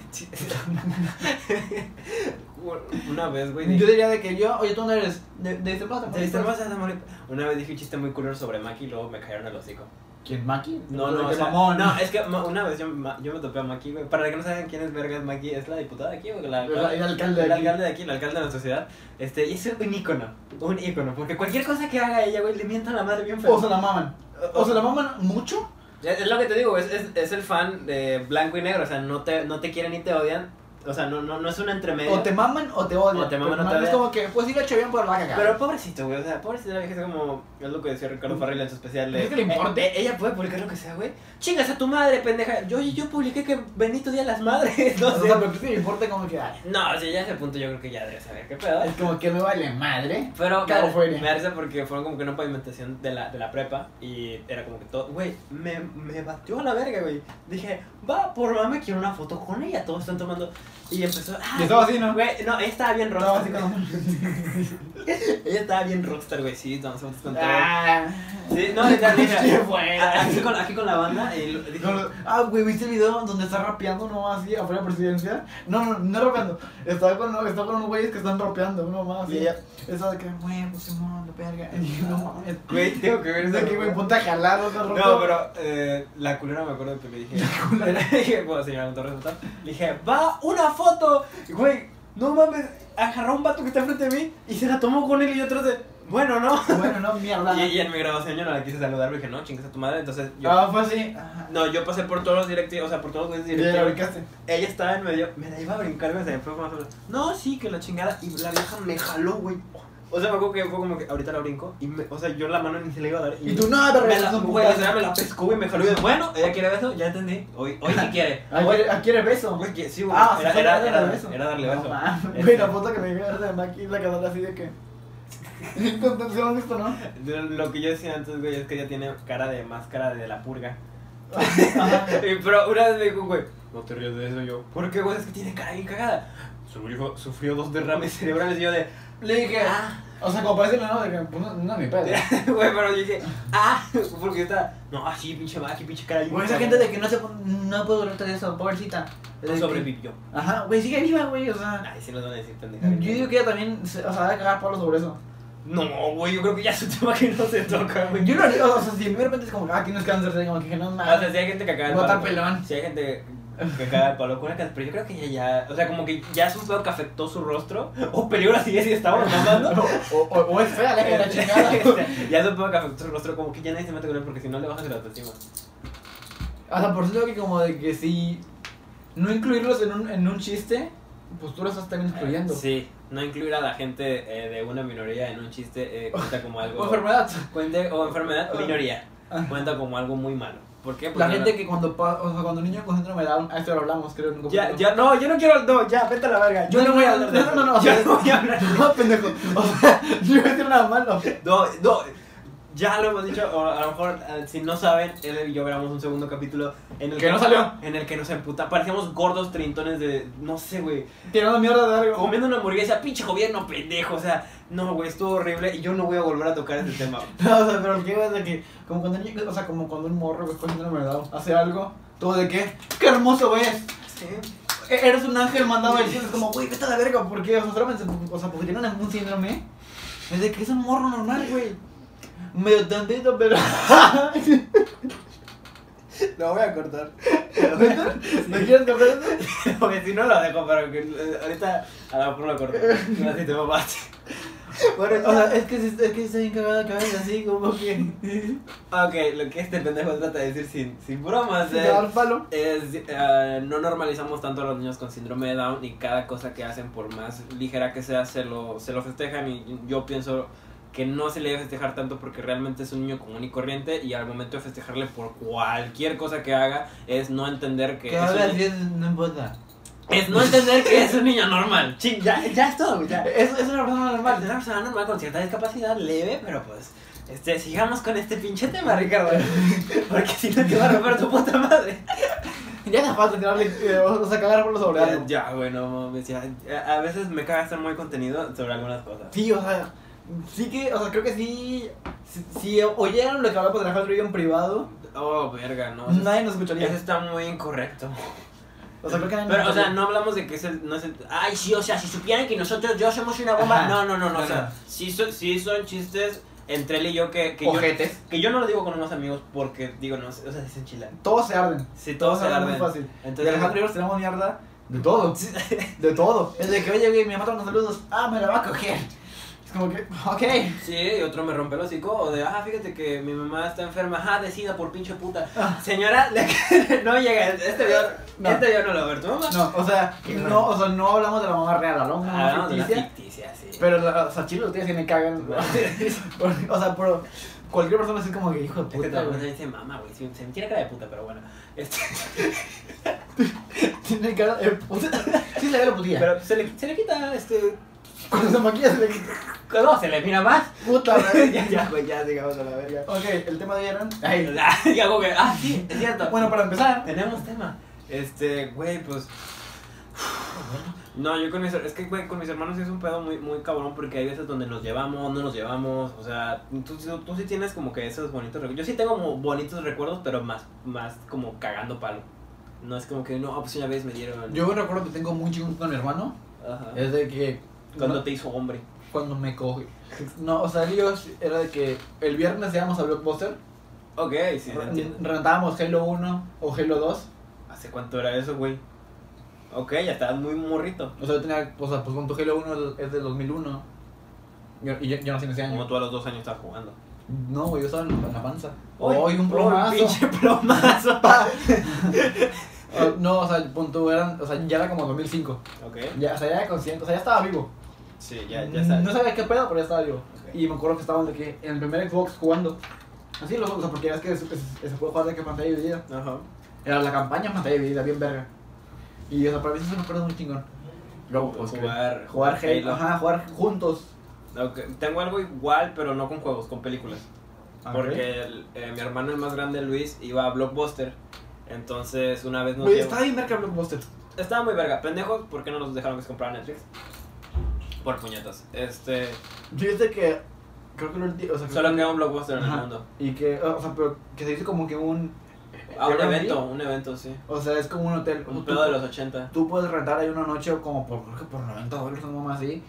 Una vez, güey. Yo dije- diría de que yo, oye, tú no eres de, de Vista Hermosa. ¿Te viste hermosa, Tamaulipas? Una vez dije un chiste muy curioso sobre Maki y luego me cayeron el hocico. ¿Quién, Maki? No, no, ¿De o qué sea, mamón? no, es que ma- una vez yo, ma- yo me topé a Maki, güey. Para que no saben quién es verga es Maki, es la diputada de aquí, güey. La, El- el alcalde de el aquí. alcalde de aquí, el alcalde de la sociedad. Este, y es un ícono, un ícono. Porque cualquier cosa que haga ella, güey, le mienta a la madre bien feo. O se la maman. O se la maman mucho. es, es lo que te digo, es, es, es el fan de blanco y negro. O sea, no te, no te quieren ni te odian. O sea, no, no, no es un entremedio. O te maman o te odian. eh, O te maman o te Pero Es odian. como que, pues sí, la hecho bien, pero la va a cagar. Pero pobrecito, güey, o sea, pobrecito la vieja es como, es lo que decía Ricardo Farrell en su especial de... ¿Es que le importa? Eh, eh, ella puede publicar lo que sea, güey. Chingas a tu madre, pendeja. Yo, yo publiqué que bendito día a las madres, no o sé. sea, pero que sí me importa como que, ay, No, o sea, ya a ese punto yo creo que ya debe saber qué pedo. es como que me vale madre. Pero Claro, me, fue me bien. da risa porque fueron como que una pavimentación de la, de la prepa y era como que todo, güey, me, me batió a la verga, güey. Dije, va, por mamá quiero una foto con ella, todos están tomando. Y empezó, ah, Y estaba así, ¿no? Güey, no, ella estaba bien Estaba rockstar. así como... ella estaba bien rockstar, güey, sí, tomamos fotos con todo. Ah. Sí, no, neta, neta. Qué buena. A- Aquí con, aquí con la banda, y lo- dije, No, no. Ah, güey, ¿viste el video donde está rapeando uno más así afuera de presidencia? No, no, no rapeando. Está con, no, está con unos güeyes que están rapeando uno más así. Y ella- Está de que, güey, pues Simón, la verga. Y yo, no mames. güey, tengo que ver Es eso. de que, güey, ponte a jalar otro No, pero eh, la culera me acuerdo que le dije. La culera. Le dije, bueno, señora, con todo respeto. Le dije, va, una foto. Y, Güey, no mames, agarró a un vato que está enfrente de mí y se la tomó con él y yo atrás de, bueno, no. Bueno, no, mierda. Y, y en mi grabación yo no la quise saludar, le dije, no, chingas a tu madre. Entonces yo. Ah, fue así. Ajá. No, yo pasé por todos los directivos, o sea, por todos los Y ya la directivos. brincaste. Ella estaba en medio, me la iba a brincar, güey, se me fue más o menos. No, sí, que la chingada. Y la vieja me jaló, güey. O sea, me acuerdo que fue como que ahorita la brinco y, me- o sea, yo la mano ni se la iba a dar. Y tú, no, pero Me la, regresas un güey, la putazo. señora me la pescó y me jaló y yo, bueno, ella quiere beso, ya entendí. Hoy, hoy sí quiere. Ah, quiere- ah, quiere beso. Güey, que- sí, güey, Ah, o era, sea, era, darle era- beso. era darle No beso. mames. Este, Güey, la foto que me llegaron de Maki la canal así de que. ¿Se lo han visto, no? Lo que yo decía antes, güey, es que ella tiene cara de máscara de la purga. Ajá. Y, Pero una vez me dijo, güey, no te rías de eso yo. ¿Por qué, güey? Es que tiene cara bien cagada. Sufrió, sufrió dos derrames cerebrales y yo de, Le dije, ah. o sea, como parece no, de que, pues no, no, ni pedo. Güey, pero yo dije, ah, porque está, no, ah, sí, pinche vaca, pinche cara. Güey, esa gente de que no se pon- no puede durar todo eso, pobrecita. De No que- sobrevivió. Ajá, güey, sigue viva, güey, o sea. Ay, sí nos van a decir pendeja. Yo digo que ella también, se- o sea, va a cagar palo sobre eso. No, güey, yo creo que ya es un tema que no se toca, güey. Yo no, o sea, si de repente es como, ah, tienes cáncer, así como que no O sea, mames. si hay gente que acaba el Bota palo. Ah, pelón. Si hay gente que acaba el palo con la Pero yo creo que ya, ya. O sea, como que ya es un pedo que afectó su rostro. O peligro así es y estábamos hablando. Este, O, o, o es fea, la que la chingada. ya es un pedo que afectó su rostro. Como que ya nadie se mete con él porque si no le bajas el autoestima. O sea, por eso digo que como de que si no incluirlos en un, en un chiste, pues tú los estás también excluyendo. Sí, no incluir a la gente eh, de una minoría en un chiste eh, cuenta como algo. O enfermedad. Cuente, o enfermedad o minoría. Ah. Cuenta como algo muy malo. ¿Por qué? La Porque gente que cuando, pa- o sea, cuando niño con síndrome de Down, a esto lo hablamos, creo. en un Ya, capítulo. ya, no, yo no quiero. No, ya, vete a la verga. Yo no, voy a hablar de no, eso. no, no, o Yo sea, no voy a hablar. No, pendejo. O sea, yo iba a decir nada malo. No, no. Ya lo hemos dicho, o a lo mejor eh, si no saben, él y yo grabamos un segundo capítulo en el Que no salió. En el que nos emputa. Parecíamos gordos trintones de. No sé, güey. Tirando mierda de algo. Comiendo una hamburguesa, pinche gobierno pendejo. O sea, no, güey, estuvo horrible. Y yo no voy a volver a tocar ese tema. No, o sea, pero el que iba es de que, como cuando, el niño- o sea, como cuando un morro que cogiendo una verdad hace algo, todo de que, qué hermoso es. E- Eres un ángel mandado al cielo, es como, güey, vete a la verga, porque, o sea, solamente, o sea, porque tiene una- un síndrome, es de que es un morro normal, güey. Medio tantito, pero. Lo voy a cortar. ¿Me quieres comprar este? Porque si no lo dejo, pero que, eh, ahorita a lo mejor lo corto. No sé si te papaste. Bueno, o sea, es que, sí- es que está bien cagada que hables así, como que. Ok, lo que este pendejo trata de decir sin, sin bromas eh. Te es, da el palo. es, eh, no normalizamos tanto a los niños con síndrome de Down y cada cosa que hacen, por más ligera que sea, se lo, se lo festejan y yo pienso que no se le debe festejar tanto porque realmente es un niño común y corriente y al momento de festejarle por cualquier cosa que haga es no entender que, Que es, un hablas ni- así, no importa. es no entender que es un niño normal. Ching, ya, ya es todo, ya. Es, es una persona normal, de normal. una persona normal con cierta discapacidad leve, pero pues, este, sigamos con este pinche tema, Ricardo. Porque si no te va a romper tu puta madre. Ya hace falta tirarle, eh, o sea, cagar por los sobre algo. Ya, bueno, mames, ya. A a veces me caga estar muy contenido sobre algunas cosas. Sí, o sea, sí que, o sea, creo que sí. Si, si oyeran lo que hablamos de la Hot en privado, Oh, verga, no. Eso, nadie nos escucharía. eso está muy incorrecto. O sea, creo que nadie nos Pero, o sea, escucharía. no hablamos de que es el, no es el... Ay, sí, o sea, si supieran que nosotros yo somos una bomba... Ajá. No, no, no, no, o sea, Ajá. sí son, sí son chistes entre él y yo que, que yo... Ojetes. Que yo no lo digo con unos amigos porque, digo, no, o sea, se enchilan. Todos se arden. Si Todos todos se se arden muy arden. fácil. Y Entonces, Alejandro y yo nos tiramos mierda de todo. De todo. Es de que, oye, güey, mi mamá unos saludos. Ah, me la va a coger. Es como que, ok. Sí, y otro me rompe el hocico, o de, ah, fíjate que mi mamá está enferma, ajá, decida por pinche puta. Ah. Señora, de que no llega, este video, No. este video no lo va a ver tu mamá. No, o sea, Qué no, o sea, no hablamos de la mamá real, hablamos de la Ah, mamá no, de la ficticia. ficticia, sí. Pero, la, o sea, chile, los tíos sí me cagan. Por- o sea, pero cualquier persona así como que, hijo de Es que puta, tal vez güey. me dice mamá, güey, sí, se me tiene cara de puta, pero bueno. Este, Tiene cara de puta. Sí, le ve la putilla. pero se le, se le quita, este, Cuando se maquilla se le quita. no, se le mira más. Puta, güey. Ya, ya, güey, ya, digamos a la verga. Ok, el tema de Aaron. Ay. Y hago que, ah, sí, es cierto. Bueno, para empezar. Tenemos tema. Este, güey, pues. No, yo con mis, es que güey, con mis hermanos sí es un pedo muy, muy cabrón porque hay veces donde nos llevamos, no nos llevamos, o sea, tú, tú, tú sí tienes como que esos bonitos recuerdos. Yo sí tengo como bonitos recuerdos, pero más, más como cagando palo. No es como que, no, pues una vez me dieron... Yo recuerdo que tengo muy chingón con mi hermano. Ajá. Es de que. Cuando te hizo hombre. Cuando me coge. No, o sea, yo era de que el viernes íbamos a Blockbuster, Ok, sí, te re- entiendo. rentábamos Halo 1 o Halo 2. ¿Hace cuánto era eso, güey? Ok, ya estabas muy morrito. O sea, yo tenía, o sea, pues con tu Halo 1 es del 2001. Yo- y yo, yo nací en ese Como año. tú a los dos años estabas jugando. No, güey, yo estaba en la, en la panza. Uy, ¡Hoy un plomazo! pinche plomazo! Ah, no, o sea, punto, eran, o sea, ya era como 2005. ok, Ya, o sea, ya era consciente, o sea, ya estaba vivo. sí, ya, ya sabes. No sabía qué pedo, pero ya estaba vivo. Ok. Y me acuerdo que estaban de que en el primer Xbox jugando. Así los o sea, porque ya es que se, se- se puede jugar de que pantalla dividida. Ajá. Era la campaña pantalla dividida, bien verga. Y o sea, para mí eso es un acuerdo muy chingón. Luego, pues, que- jugar, Jugar Halo, ajá, jugar juntos. Ok, Tengo algo igual, pero no con juegos, con películas. Porque el- eh, mi hermano, el más grande, Luis, iba a Blockbuster. Entonces, una vez nos Güey, llevó- estaba bien verga Blockbuster. Estaba muy verga. Pendejos, ¿por qué no nos dejaron que se comprara Netflix? Por puñetas. Este, Yo desde que. Creo que lo ulti- o sea, creo solo que- queda un Blockbuster en el Ajá. mundo. Y que, o sea, pero que se hizo como que un. Ah, un ¿Airbnb? evento, un evento, sí. O sea, es como un hotel. Un Tú- pedo de los 80. Tú puedes rentar ahí una noche como por, creo que por 90 dólares, una mamá así.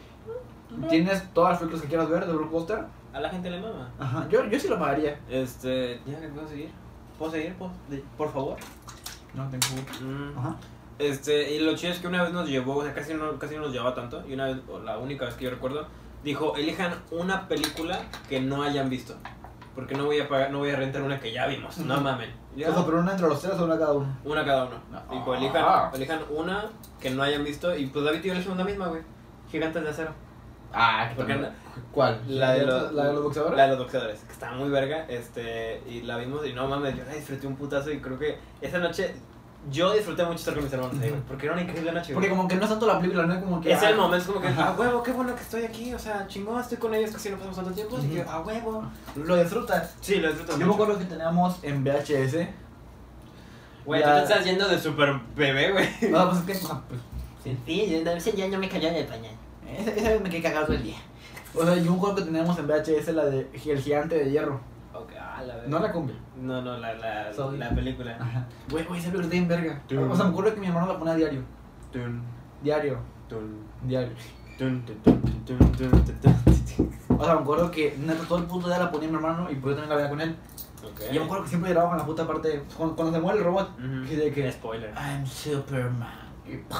Tienes todas las películas que quieras ver de Blockbuster. A la gente le mama. Ajá, yo, yo sí lo pagaría. Este, ya que puedo seguir. ¿Puedo seguir? ¿Puedo- de- Por favor. No tengo. Mm. Ajá. Este, y lo chido es que una vez nos llevó, o sea, casi no, casi no nos llevaba tanto, y una vez, o la única vez que yo recuerdo, dijo, elijan una película que no hayan visto, porque no voy a pagar, no voy a rentar una que ya vimos, no Ujú. mamen. Ya, O sea, pero una entre los tres o una cada uno. Una cada uno. No. Dijo, elijan, Ah. elijan una que no hayan visto, y pues David y yo le hicimos la misma, güey. Gigantes de acero. Ah, Porque ¿Cuál? la de los, la de los boxeadores. La de los boxeadores, que estaba muy verga, este, y la vimos y no mames, yo la disfruté un putazo y creo que esa noche yo disfruté mucho estar con mis hermanos, ahí, güey, porque era una increíble noche. güey. Porque como que no es tanto la película, no es como que. Es ah, el momento como que, Ajá. ah, huevo, qué bueno que estoy aquí, o sea, chingón, estoy con ellos casi no pasamos tanto tiempo, así que, Ujú. ah, huevo. Lo disfrutas. Sí, lo disfruto Yo me acuerdo que teníamos en VHS. Güey, tú Ya. te estás yendo de super bebé, güey. No, pues es que. o sea, pues, Sí, yo ya no me cayó de pañal. Esa, esa vez me quedé cagado todo el día. O sea, yo un juego que teníamos en VHS, la de El Gigante de Hierro. Ok, ah, la verdad. No la cumbia. No, no, la, la, Soy- la película. Ajá. Güey, güey, esa película está bien verga. Tú. O sea, me acuerdo que mi hermano la ponía diario. Diario. Diario. Tun, tun, tun, tun, tun, tun, tun, tun. O sea, me acuerdo que neta todo el puto día la ponía mi hermano y pues yo también la veía con él. Ok. Y yo me acuerdo que siempre lloraba con la puta parte. pues, Cuando, cuando se muere el robot, Ujú. que de que. Spoiler. I'm Superman. Y ¡pah!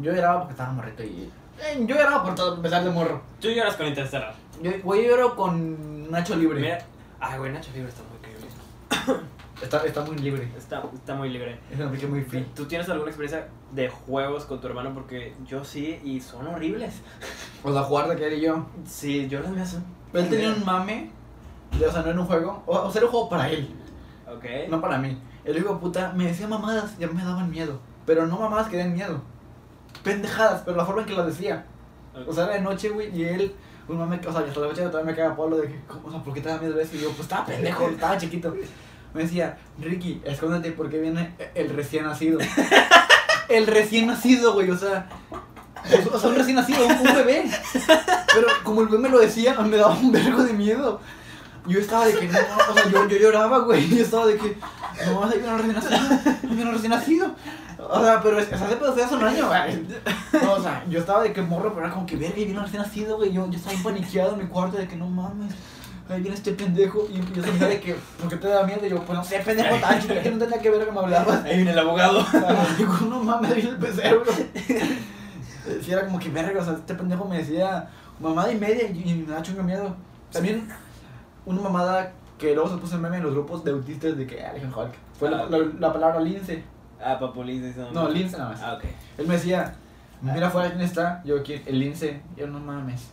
Yo lloraba porque estaba morrito y. eh, Yo lloraba por todo, empezar de morro. Tú lloras con Interstellar. Yo, güey, yo lloro con Nacho Libre. Mira. Ay, güey, Nacho Libre está muy increíble. Está, está muy libre. Está, está muy libre. Es una película muy free. ¿Tú tienes alguna experiencia de juegos con tu hermano? Porque yo sí, y son horribles. O sea, jugar de que él y yo. Sí, yo las mías son. Pero él tenía un mame. de- o sea, no era un juego. O, o sea, era un juego para él, Ok. no para mí. El hijo de puta me decía mamadas y a mí me daban miedo. Pero no mamadas que den miedo. Pendejadas, pero la forma en que las decía. O sea, era de noche, güey, y él, un mame, o sea, que hasta la noche todavía me caga Pablo de que, ¿cómo, o sea, ¿por qué te da miedo eso? Y yo, pues estaba pendejo, estaba chiquito. Me decía, Ricky, escóndete porque viene el recién nacido. El recién nacido, güey, o sea, o o sea, un recién nacido, un, un bebé. Pero como el bebé me lo decía, me daba un vergo de miedo. Yo estaba de que, no, no, o sea, yo, yo lloraba, güey, yo estaba de que, no, ahí viene un recién nacido, ahí viene un recién nacido. O sea, pero, o sea, hace, hace un año, güey. No, o sea, yo estaba de que morro, pero era como que verga, y vino recién nacido, güey. Yo, yo estaba bien paniqueado en mi cuarto de que no mames. Ahí viene este pendejo. Y yo sentía de que, ¿por qué te da miedo? Y yo, pues no sé, pendejo, tan chiquito que no tenía que ver que me hablabas. Ahí viene el abogado. Digo, no mames, ahí viene el pecero, güey. Sí, era como que verga, o sea, este pendejo me decía mamada y media y, y me da chungo miedo. También una mamada que luego se puso en meme en los grupos de autistas de que, ah, le dijeron Hulk. Fue la, la- la palabra lince. Ah, Papulín dice. No, lince nada más. Ah, ok. Él me decía, mira afuera quién está, yo aquí, el lince, yo no mames.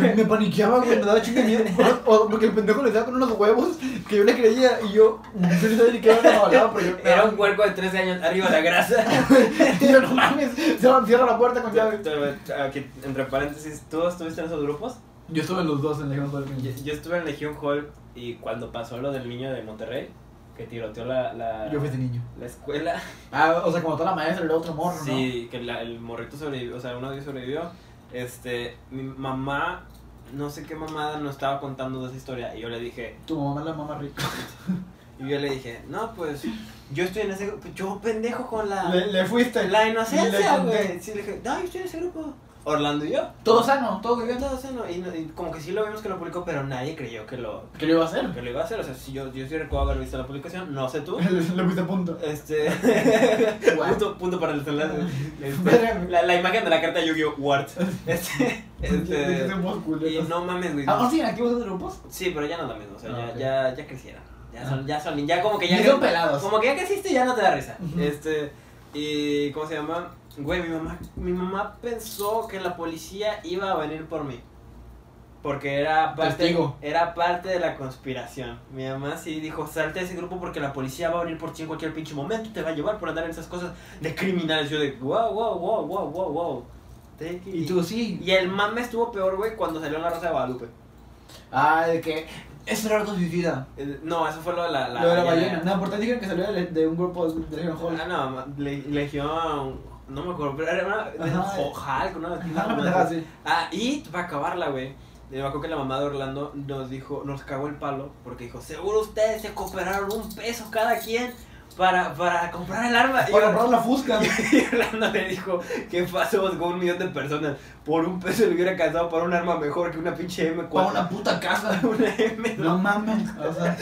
me me paniqueaba, güey, me daba chingo de miedo. O, o porque el pendejo le daba con unos huevos que yo le creía y yo, yo no sabía ni qué era lo que hablaba, pero yo. "Ah". Era un cuerpo de 13 años arriba de la grasa. Y yo, no mames, cierra, cierra la puerta con llave. Aquí, entre paréntesis, ¿tú estuviste en esos grupos? Yo estuve en los dos en la Legión Yo, Solving. yo estuve en Legion Hall y cuando pasó lo del niño de Monterrey, que tiroteó la, la, Yo fui ese niño. la escuela. Ah, o sea, como toda la maestra era otro morro, Sí, que la- el morrito sobrevivió, o sea, uno de ellos sobrevivió. Este, mi mamá, no sé qué mamada, nos estaba contando de esa historia y yo le dije, ¿no? Tu mamá es la mamá rica. y yo le dije, no, pues, yo estoy en ese grupo, yo pendejo con la, Le, le fuiste. la inocencia, le conté. güey. Sí, le dije, no, yo estoy en ese grupo. Orlando y yo. Todo sano, todo Yo viviendo. estaba haciendo, y, no- y como que sí lo vimos que lo publicó, pero nadie creyó que lo, ¿Qué le iba a hacer? que lo iba a hacer. O sea, si yo, yo sí recuerdo haber visto la publicación, no sé tú. Lo puse a punto. Este. Guau. punto, punto para el celular. Este, Verga. la, la imagen de la carta de Yu-Gi-Oh! Wart. Este. Este... este y no mames, güey. Ah, sí, aquí vosotros grupos. Sí, pero ya no es lo mismo. O sea, Ah, ya, ok. ya, ya crecieron. Ya Ah. son, ya son, ya como que ya. Y son pelados. Como que ya creciste y ya no te da risa. Ujú. Este. Y. ¿Cómo se llama? Güey, mi mamá, mi mamá pensó que la policía iba a venir por mí. Porque era parte, Testigo. era parte de la conspiración. Mi mamá sí dijo, salte de ese grupo porque la policía va a venir por ti en cualquier pinche momento, te va a llevar por andar en esas cosas de criminales. Yo de, wow, wow, wow, wow, wow, wow. Take it Y tú sí. y el mame estuvo peor, güey, cuando salió La Rosa de Guadalupe. Ah, de que es raro suicida. Eh, No, eso fue lo de la... la Lo de la ballena. ballena. No, por tanto dijeron que salió de, de un grupo de Legion Hall. Ah, no, ma- le- Legión... No me acuerdo, pero era una... de- Ajá. Jo- Hulk, una- una- Ah, una- no me dejas, sí. Ah, y para acabarla, güey. Me acuerdo que la mamá de Orlando nos dijo, nos cagó el palo, porque dijo, seguro ustedes se cooperaron un peso cada quien para, para comprar el arma. Y Para Or- comprar la fusca. Y Orlando le dijo que pasó con un millón de personas. Por un peso le hubiera alcanzado para un arma mejor que una pinche M4. Para una puta casa. una M2. No mames. O sea,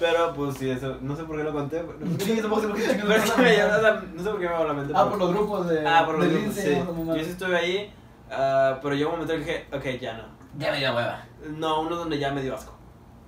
Pero pues sí, eso, no sé por qué lo conté. Pero, sí, tampoco sé por qué chingados pero es que me llamó, o pasaron. sea, no sé por qué me va la mente. Ah, pero- por los grupos de. Ah, por los de grupos, Lince, sí. no, no Yo sí mames. estuve ahí, ah, pero llegó un momento en que dije, ok, ya no. Ya me dio hueva. No, uno donde ya me dio asco.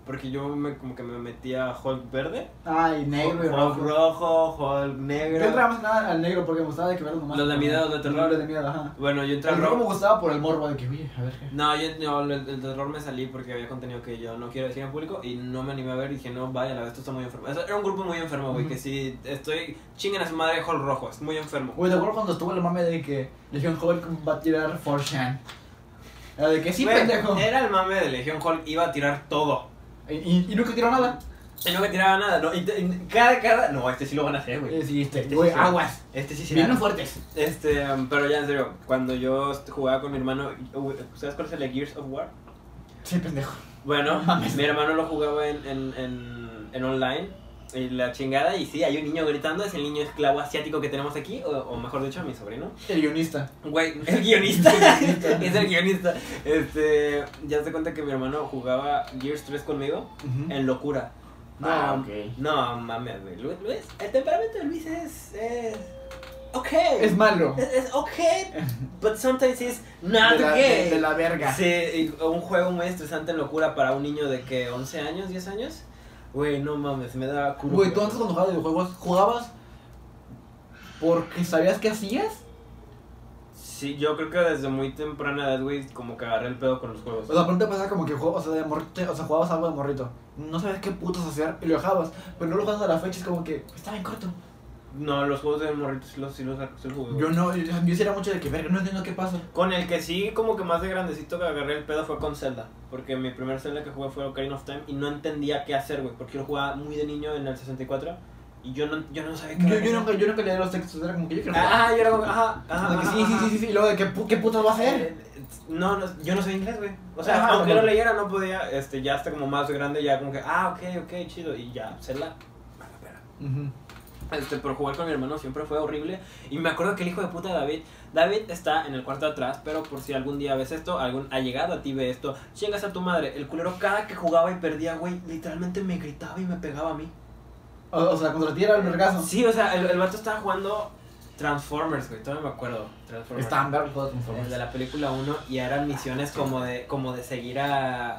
Porque yo me, como que me metía a Hulk verde, Ay, negro y Hulk rojo. rojo, Hulk Yo negro. entraba más que nada al negro porque me gustaba de que verlo nomás. Los de miedo, los de terror. Los de miedo, ajá. Bueno, yo entré El al rojo me rojo. gustaba por el morbo de que, oye, a ver qué. No, yo no, el, el terror me salí porque había contenido que yo no quiero decir en público y no me animé a ver y dije, no, vaya, la verdad, esto está muy enfermo. O sea, Era un grupo muy enfermo, güey, Ujú. que si estoy chinguen a su madre Hulk rojo, es muy enfermo. Güey, ¿te acuerdas cuando estuvo el mame de que Legion Hulk va a tirar 4chan? Era de que sí, Güey, eh. pendejo. Era el mame de Legión Hulk, iba a tirar todo. Y, y, y nunca tiró nada. Y no me tiraba nada, no, y te- y cada, cada. No, este sí lo van a hacer, güey. Eh, sí, este, Este güey, sí, sí. aguas. Este sí Vienen será. fuertes. Este, um, pero ya en serio, cuando yo est- jugaba con mi hermano, uh, ¿sabes cuál es el de Gears of War? Sí, pendejo. Bueno, No mames. mi hermano lo jugaba en, en, en, en online. y la chingada, y sí, hay un niño gritando, es el niño esclavo asiático que tenemos aquí, o, o mejor dicho, mi sobrino. El guionista. Güey, es guionista. guionista. es el guionista. Este, ya se cuenta que mi hermano jugaba Gears 3 conmigo Ujú. en locura. No, Ah, ok. no mames, güey. Lu- Luis, el temperamento de Luis es. es ok. Es malo. Es, es ok, but sometimes it's not de, la, okay. de- de la verga. Sí, y un juego muy estresante en locura para un niño de que 11 años, 10 años. Güey, no mames, me da culo. Güey, tú antes cuando jugabas videojuegos, ¿jugabas porque sabías qué hacías? Sí, yo creo que desde muy temprana edad, güey, como que agarré el pedo con los juegos. O sea, pronto pasaba como que jugabas, o sea, de morrito, o sea, jugabas algo de morrito. No sabías qué putos hacer y lo dejabas. Pero no lo jugabas a la fecha, es como que estaba en corto. No, los juegos de morritos sí los, sí los, sí los jugué, güey. Yo no, yo, yo sí era mucho de que verga, no entiendo qué pasa. Con el que sí, como que más de grandecito que agarré el pedo fue con Zelda. Porque mi primer Zelda que jugué fue Ocarina of Time y no entendía qué hacer, güey. Porque yo jugaba muy de niño en el 64 y yo no, yo no sabía qué Yo, era yo eso. nunca, yo nunca leía los textos, era como que yo quiero jugar. Ah, yo era como, ajá, ajá. De que ajá, sí, sí, ajá. sí, sí, sí, y luego de que pu- qué putas va a hacer. Eh, No, no, yo no sé inglés, güey. O sea, Ajá, aunque güey. lo leyera, no podía. Este, ya hasta como más grande, ya como que, ah, ok, ok, chido. Y ya, Zelda. a la verga. Ujú. Este, pero jugar con mi hermano siempre fue horrible. Y me acuerdo que el hijo de puta de David, David está en el cuarto de atrás, pero por si algún día ves esto, algún ha llegado a ti ve esto, chingas a tu madre. El culero cada que jugaba y perdía, güey, literalmente me gritaba y me pegaba a mí. O, o sea, contra ti era el vergazo. Sí, o sea, el, el vato estaba jugando Transformers, güey, todavía me acuerdo. Transformers. Estaban verga los juegos de El de Transformers. la película 1 y eran misiones como de como de seguir a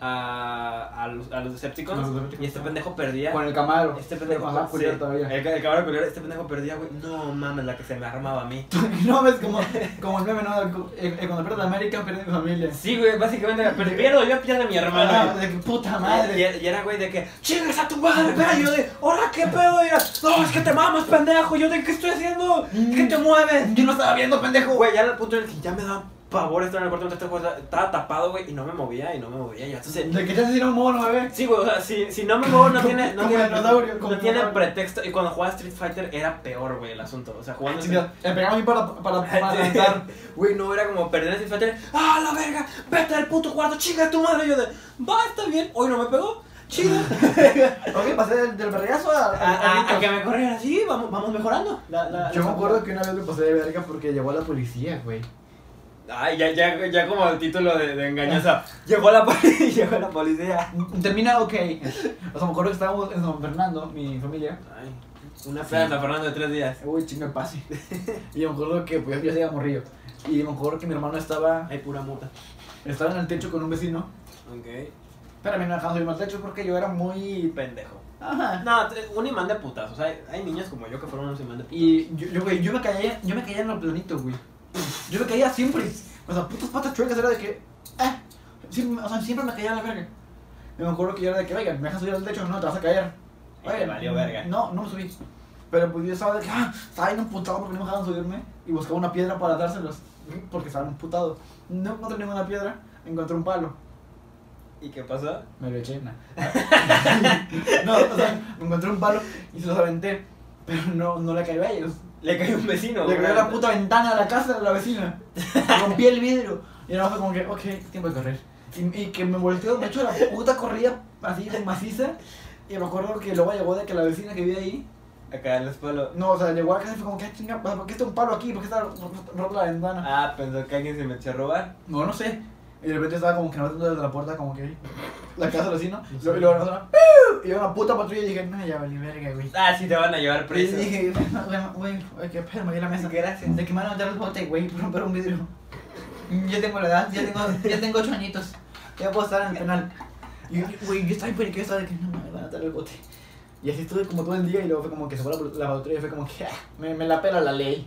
a, a los, a los Decepticons, Los Decepticons, y este ah. pendejo perdía Con el camaro. este pendejo Ajá, sí, culiar todavía. el, el cabrón culero, este pendejo perdía güey no mames la que se me armaba a mí No, es como, como el meme, ¿no? Eh, eh, Cuando pierdes a América, pierdes mi familia. sí güey básicamente pero pierdo yo pierdo a mi Ah, hermano de que puta Y, madre. y era güey de que chingas a tu madre pero yo de ahora qué pedo y era, no es que te mamas pendejo yo de qué estoy haciendo qué te mueves Yo no estaba viendo, pendejo. Mm. Güey, ya era el punto en el que ya me daba pavor estar en el cuarto de este juego. Estaba tapado, güey, y no me movía, y no me movía. Ya. Entonces, De que te hacen un mono, bebé. sí, güey, o sea, si, si no me muevo, no tiene, no Como tiene, dinosaurio, no como tiene dinosaurio. pretexto. Y cuando jugaba Street Fighter era peor, güey, el asunto. O sea, jugando. Sí, ya, Le pegaba a mí para, para, para adelantar. Güey, no era como perder en Street Fighter. ¡Ah, la verga! ¡Vete al puto cuarto, chinga tu madre! Y yo de, va, está bien, hoy no me pegó. Chido. Ok, pasé del, del vergazo a, A, a- a- a- a que me corrieran así, vamos, vamos mejorando. La- la- Yo la- me acuerdo ah, que una vez me pasé de verga porque llegó la policía, güey. Ay, ya, ya, ya como el título de, de engañosa. Llegó la policía, llegó la policía. Termina ok. O sea, me acuerdo que estábamos en San Fernando, mi familia. Ay, una fea San Fernando de tres días. Uy, chingo el pase. Y me acuerdo que pues, yo estaba morrillo. Y me acuerdo que mi hermano estaba, Ay, pura muta. estaba en el techo con un vecino. Ok. Pero a mí no me dejaban subirme al techo porque yo era muy... Pendejo. Ajá. No, t- un imán de putas. O sea, hay, hay niños como yo que fueron unos imán de putas. Y yo, yo, güey, yo me caía, yo me caía en lo planito, güey. Yo me caía siempre. O sea, putas patas chuecas era de que. Ah, siempre, o sea, siempre me caía a la verga. Y me acuerdo que yo era de que, oigan, me dejas subir al techo, no, te vas a caer. Y te Oigan, valió verga. No, no me subí. Pero pues yo estaba de que, ah, estaba bien emputado porque no me dejaban subirme. Y buscaba una piedra para dárselos. Porque estaba emputado. No encontré ninguna piedra, encontré un palo. ¿Y qué pasó? Me lo eché, no. no, o sea, encontré un palo y se los aventé. Pero no, no le cayó a ellos. Le cayó un vecino. Le güey. cayó la puta ventana de la casa de la vecina. Rompí el vidrio. Y nada más fue como que, ok, tiempo de correr. Y, y que me volteó, me echó la puta corrida así de maciza. Y me acuerdo que luego llegó de que la vecina que vive ahí. Acá en los palos. No, o sea, llegó a la casa y fue como que, "Ah, chinga, ¿por qué está un palo aquí? ¿Por qué está ro- ro- rota la ventana? Ah, pensó que alguien se me echó a robar. No, no sé. Y de repente estaba como que no desde la puerta, como que la casa del vecino. Y No sé. luego- y luego nosotros, "Piu". y una puta patrulla y dije, no, ya vale, verga, güey. Ah, sí, te van a llevar Y preso. dije, "No, güey, güey, güey, qué pedo, me di la mesa. Gracias. De que me van a meter el bote, güey, por romper un vidrio. Yo tengo la edad, ya tengo, ya tengo ocho añitos. Ya puedo estar en el penal. Y, güey, yo estaba imperiqueo, estaba de que no me van a meter el bote. Y así estuve como todo el día y luego fue como que se fue la, la patrulla y fue como que ah, me, me la pela la ley.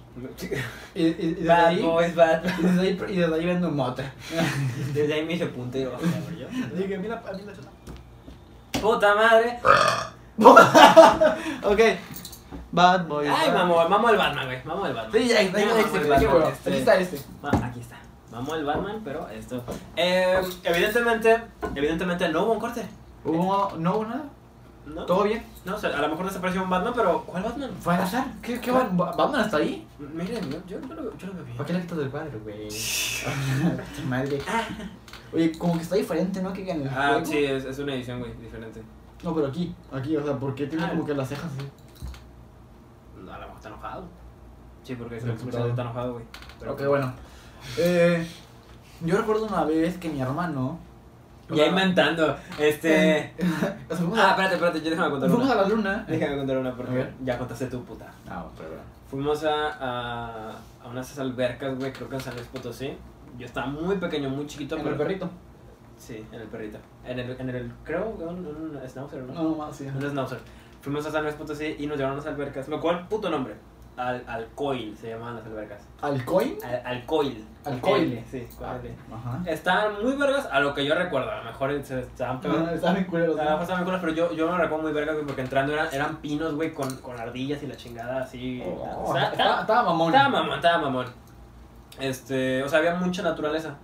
Y, y, y desde Bad ahí, boys, bad. y desde ahí, y desde ahí vendo mota. Desde ahí me hice puntero. cabrón, yo. Dije, mira, a mí la chota. Puta madre. Ok, bad boy. Ay, mamó, mamó el Batman, güey. Mamó el Batman. Sí, ya, ya, Mamó el ya, Batman, ya, este. Aquí está este. Ma- Aquí está. Vamos el Batman, pero esto. Eh, evidentemente, evidentemente no hubo un corte. ¿Hubo, no hubo nada? No, ¿Todo bien? no o sea, a lo mejor desapareció un Batman, pero ¿cuál Batman? ¿Fue al azar? ¿Qué, qué va? ¿Batman hasta ahí? Miren, yo, yo, yo lo, veo- yo lo veo bien. ¿Para qué le quitas del padre, güey? Madre. Ah. Oye, como que está diferente, ¿no? Que en el Ah, juego. Ah, sí, es, es una edición, güey, diferente. No, pero aquí, aquí, o sea, porque tiene Ah. como que las cejas así. No, a lo mejor está enojado. Sí, porque Pero el comercial emputado. está enojado, güey. Pero- Ok, bueno. Eh, yo recuerdo una vez que mi hermano. Ya inventando. Este. O sea, fuimos, Ah, Eh, a, espérate, espérate, yo déjame contar fuimos a una. la luna. Déjame contar una A porque ver. ya contaste tu puta. Ah, pero. Fuimos a, a, a unas albercas, güey, creo que en San Luis Potosí. Yo estaba muy pequeño, muy chiquito. Con pero- el perrito. Sí, en el perrito. En el, en el creo que un, un schnauzer, ¿no? No, no más, sí. ajá. Un schnauzer. Fuimos a San Luis Potosí y nos llevaron a unas albercas. Me acuerdo el puto nombre. Al, Alcoil se llamaban las albercas. ¿Alcoin? Al, Alcoil. Alcoil. Sí, con L. Ajá. Estaban muy vergas a lo que yo recuerdo. A lo mejor se estaban pegando. Ah, Estaban en culeros. Estaban ¿no? pasando culas, pero yo, yo me recuerdo muy vergas, güey, porque entrando eran, eran pinos, güey, con, con ardillas y la chingada así. Oh, O sea, Estaba estaba mamón. Estaba mamón, estaba mamón. Este, o sea, había mucha naturaleza.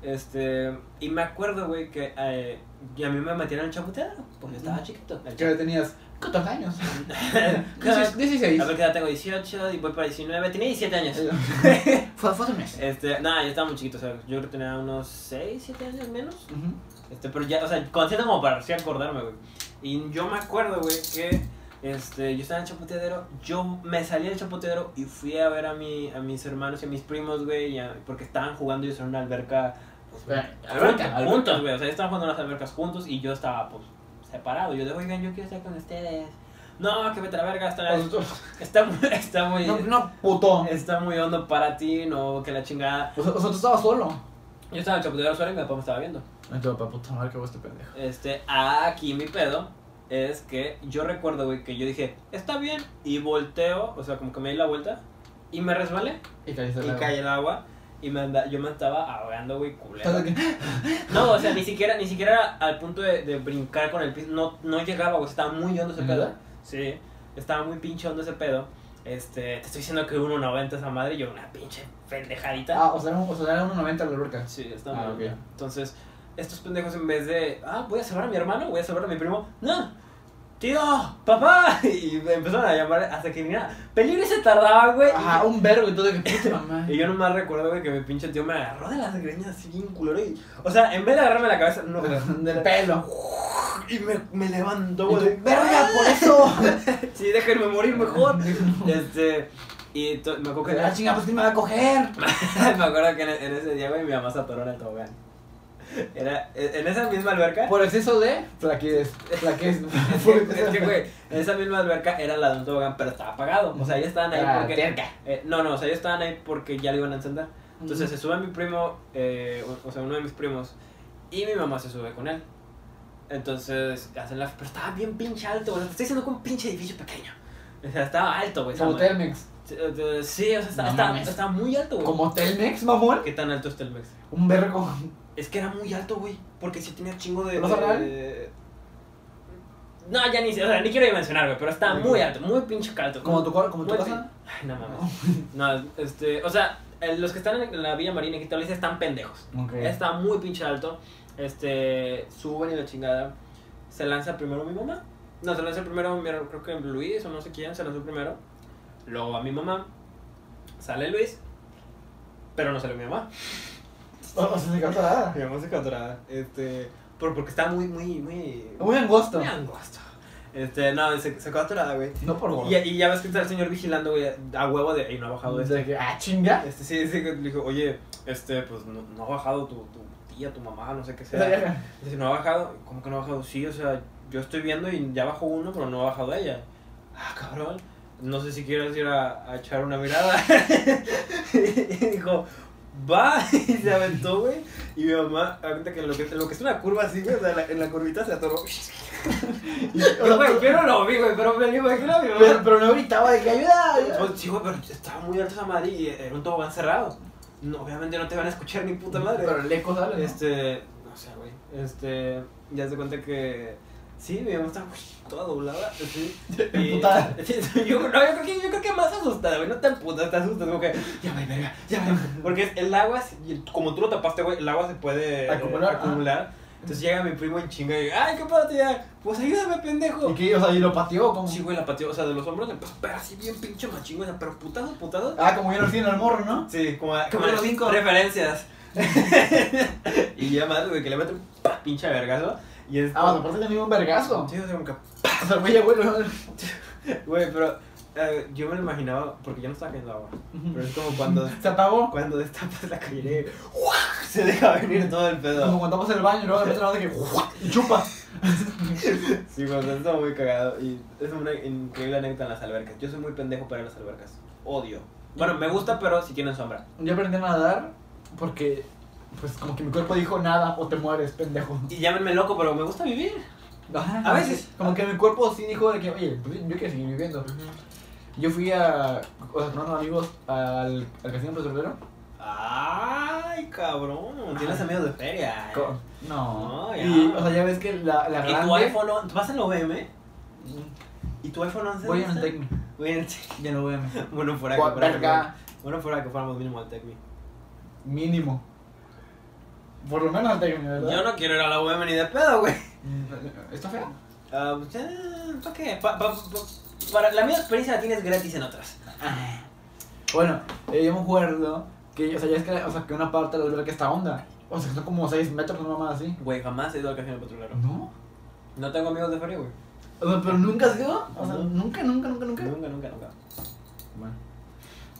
Este, y me acuerdo, güey, que eh, y a mí me metieron en el chaputeadero, porque estaba chiquito. El Que tenías 14 años. chapu- 16. a ver, que ya tengo 18 y voy para 19, tenía 17 años. Fue fue hace un mes. Este, nada, yo estaba muy chiquito, o sea, yo creo que tenía unos 6, 7 años menos. Ujú. Este, pero ya, o sea, concierto como para sí acordarme, güey. Y yo me acuerdo, güey, que este, yo estaba en el chapoteadero, yo me salí del chapoteadero y fui a ver a, mi, a mis hermanos y a mis primos, güey, y a- porque estaban jugando ellos en una alberca. pues, güey, Espera, juntos, alberca, alberca. juntos, güey, o sea, ellos estaban jugando en las albercas juntos y yo estaba, pues, separado. Yo de, oigan, yo quiero estar con ustedes. No, que vete a la verga, está, está, muy- está muy... Pues, No, no, puto. Está muy hondo para ti, no, que la chingada. O sea, o sea, tú estabas solo. Yo estaba en el chapoteadero solo y mi papá me estaba viendo. Entonces, papá, puta madre, que vos este pendejo. Este, aquí mi pedo es que yo recuerdo, güey, que yo dije, está bien, y volteo, o sea, como que me di la vuelta, y me resbalé, Y caíste y luego. caí el agua, y me anda, yo me estaba ahogando, güey, culero. Estás de que- No, o sea, ni siquiera, ni siquiera era al punto de, de brincar con el piso, no, no llegaba, güey, estaba muy hondo ese pedo. ¿Neta? Sí, estaba muy pinche hondo ese pedo. Este, te estoy diciendo que 1.90 esa madre, yo una pinche pendejadita. Ah, o sea, era un- o sea, era 1.90 la alberca. Sí, está Ah, mal. ok. Entonces, estos pendejos en vez de, ah, voy a salvar a mi hermano, voy a salvar a mi primo, no, tío, papá, y me empezaron a llamar hasta que, mira, peligro y se tardaba, güey. Ajá, un verbo y todo de que puta mamá. Y yo nomás recuerdo, güey, que mi pinche tío me agarró de las greñas así bien culero y, o sea, en vez de agarrarme la cabeza, no, Del pelo. y me, me Y levantó, tú, güey, ¡Verga, por eso! sí, déjenme morir mejor, este, y to- me acuerdo que, ¡La chinga, pues que me va a coger! me acuerdo que en, en ese día, güey, mi mamá se atoró en el tobogán, era, e-, en en esa misma alberca, Por exceso de flaquidez. Flaquez. Es que, es que, güey, esa misma alberca era la de un tobogán, pero estaba apagado. O sea, ellos estaban ahí Ah, porque. terca. eh, no, no, o sea, ellos estaban ahí porque ya lo iban a encender. Entonces se sube mi primo, eh, o- o sea, uno de mis primos, y mi mamá se sube con él. Entonces hacen la. Pero estaba bien pinche alto, güey. Estoy diciendo con un pinche edificio pequeño. O sea, estaba alto, güey. Como estaba- Telmex. Eh, eh, Sí, o sea, estaba, No estaba- mames. estaba muy alto, güey. ¿Como Telmex, mamón? ¿Qué tan alto es Telmex? Un vergo. Es que era muy alto, güey. Porque sí tenía chingo de. ¿Plaza de- Real? No, ya ni sé, o sea, ni quiero dimensionar, güey, pero estaba Ok. muy alto, muy pinche calto. ¿Como Ah, tu, cua- como tu Muy casa? pin- Ay, no mames. No, este, o sea, eh, los que están en la Villa Marina y que te lo dicen están pendejos. Ok. Está muy pinche alto. Este, suben y la chingada. Se lanza primero mi mamá. No, se lanza primero, mi her- creo que Luis o no sé quién, se lanzó primero. Luego a mi mamá. Sale Luis. Pero no sale mi mamá. O o sea, se canta nada. Mi mamá se catorada. Este. Por, porque está muy, muy, muy. Muy angosto. muy angosto. Este, no, se, se quedó atorada, güey. No por gordo. Y, y ya ves que está el señor vigilando, güey, a huevo de. Y no ha bajado este. De que, ah, chinga. Este, sí, sí, que le dijo, oye, este, pues no, no ha bajado tu, tu tía, tu mamá, no sé qué Esa sea. vieja. Dice, no ha bajado. ¿Cómo que no ha bajado? Sí, o sea, yo estoy viendo y ya bajó uno, pero no ha bajado ella. Ah, cabrón. No sé si quieres ir a, a echar una mirada. y dijo, va. Y se aventó, güey. Y mi mamá, ahorita que lo que, lo que es una curva así, güey, o sea, la- en la curvita se atoró. Y- o sea, Yo, güey, yo no lo vi, güey, pero me lo imagino a mi mamá. Pero, pero no gritaba de que ayuda. ayuda". Pues, sí, güey, pero estaba muy alto esa madre y era un tobogán cerrado. No, obviamente no te van a escuchar ni puta madre. Pero el eco sale. ¿no? este, no sé, güey. Este, ya se cuenta que. Sí, mi mamá estaba uy, toda doblada. Sí. Emputada. yo, no, yo, creo que, yo creo que más asustada, güey. No te emputas, te asustas. Como que, Este, ya va, verga, ya va. Porque el agua, se- y el- como tú lo tapaste, güey, el agua se puede eh, Acumular, ah. acumular. Entonces llega mi primo en chinga y dice, ay, qué pedo, tía. Pues ayúdame, pendejo. ¿Y qué? O sea, ¿y lo pateó? como Sí, güey, la pateó, o sea, de los hombros, pues, pero así bien pinche machín, güey, pero putado, putado. Ah, como yo no tiene al morro, ¿no? Sí, como, Como los cinco. referencias. y ya más, güey, que le mete un pa, pinche vergazo. Y es. Ah, bueno, aparte tenía un vergazo. Sí, o sea, como que, O sea, güey, abuelo. Güey, pero eh, yo me lo imaginaba porque yo no estaba cayendo agua. Pero es como cuando, Se apagó. cuando destapas la calle se deja venir todo el Como pedo. cuando estamos en el baño, luego de repente nada más de que. ¡Chupa! Sí, güey, o sea, está muy cagado. Y es una increíble anécdota en las albercas. Yo soy muy pendejo para las albercas. Odio. Bueno, me gusta, pero si tienen sombra. Yo aprendí a nadar porque, pues, como que mi cuerpo dijo nada o te mueres, pendejo. Y ah, llámenme loco, pero me gusta vivir. Ajá, A como veces. que- Como que mi cuerpo sí dijo de que, oye, pues, yo quiero seguir viviendo. Yo fui a. O sea, con unos amigos al, al casino petrolero. Ay, cabrón. Tienes Ay. amigos de feria. eh. Co- No. No, Oh, ya. y, o sea, ya ves que la, la Y grande. Mm. tu iPhone, on- ¿tú vas en la OVM? ¿Y tu iPhone 11? Voy en dónde el está? Tecni. Voy en el Tec. Ya no voy a. Bueno, fuera que fuera que fuera- Verga. Bueno, fuera que fuéramos mínimo al Tecmi. Mínimo. Por lo menos al Tecni, ¿verdad? Yo no quiero ir a la UEM ni de pedo, güey. Mm, ¿Está fea? Ah, pues, eh, ¿Para qué? Pa- pa- pa- para la misma experiencia la tienes gratis en otras. Bueno, eh, yo me acuerdo que, o sea, ya es que, o sea, que una parte de la alberca está onda. O sea, que son como 6 metros, una mamada así. Güey, jamás he ido al casino petrolero. ¿No? No tengo amigos de feria, güey. O sea, pero nunca has ido. O sea, No. nunca, nunca, nunca, nunca. Nunca, nunca, nunca. Bueno,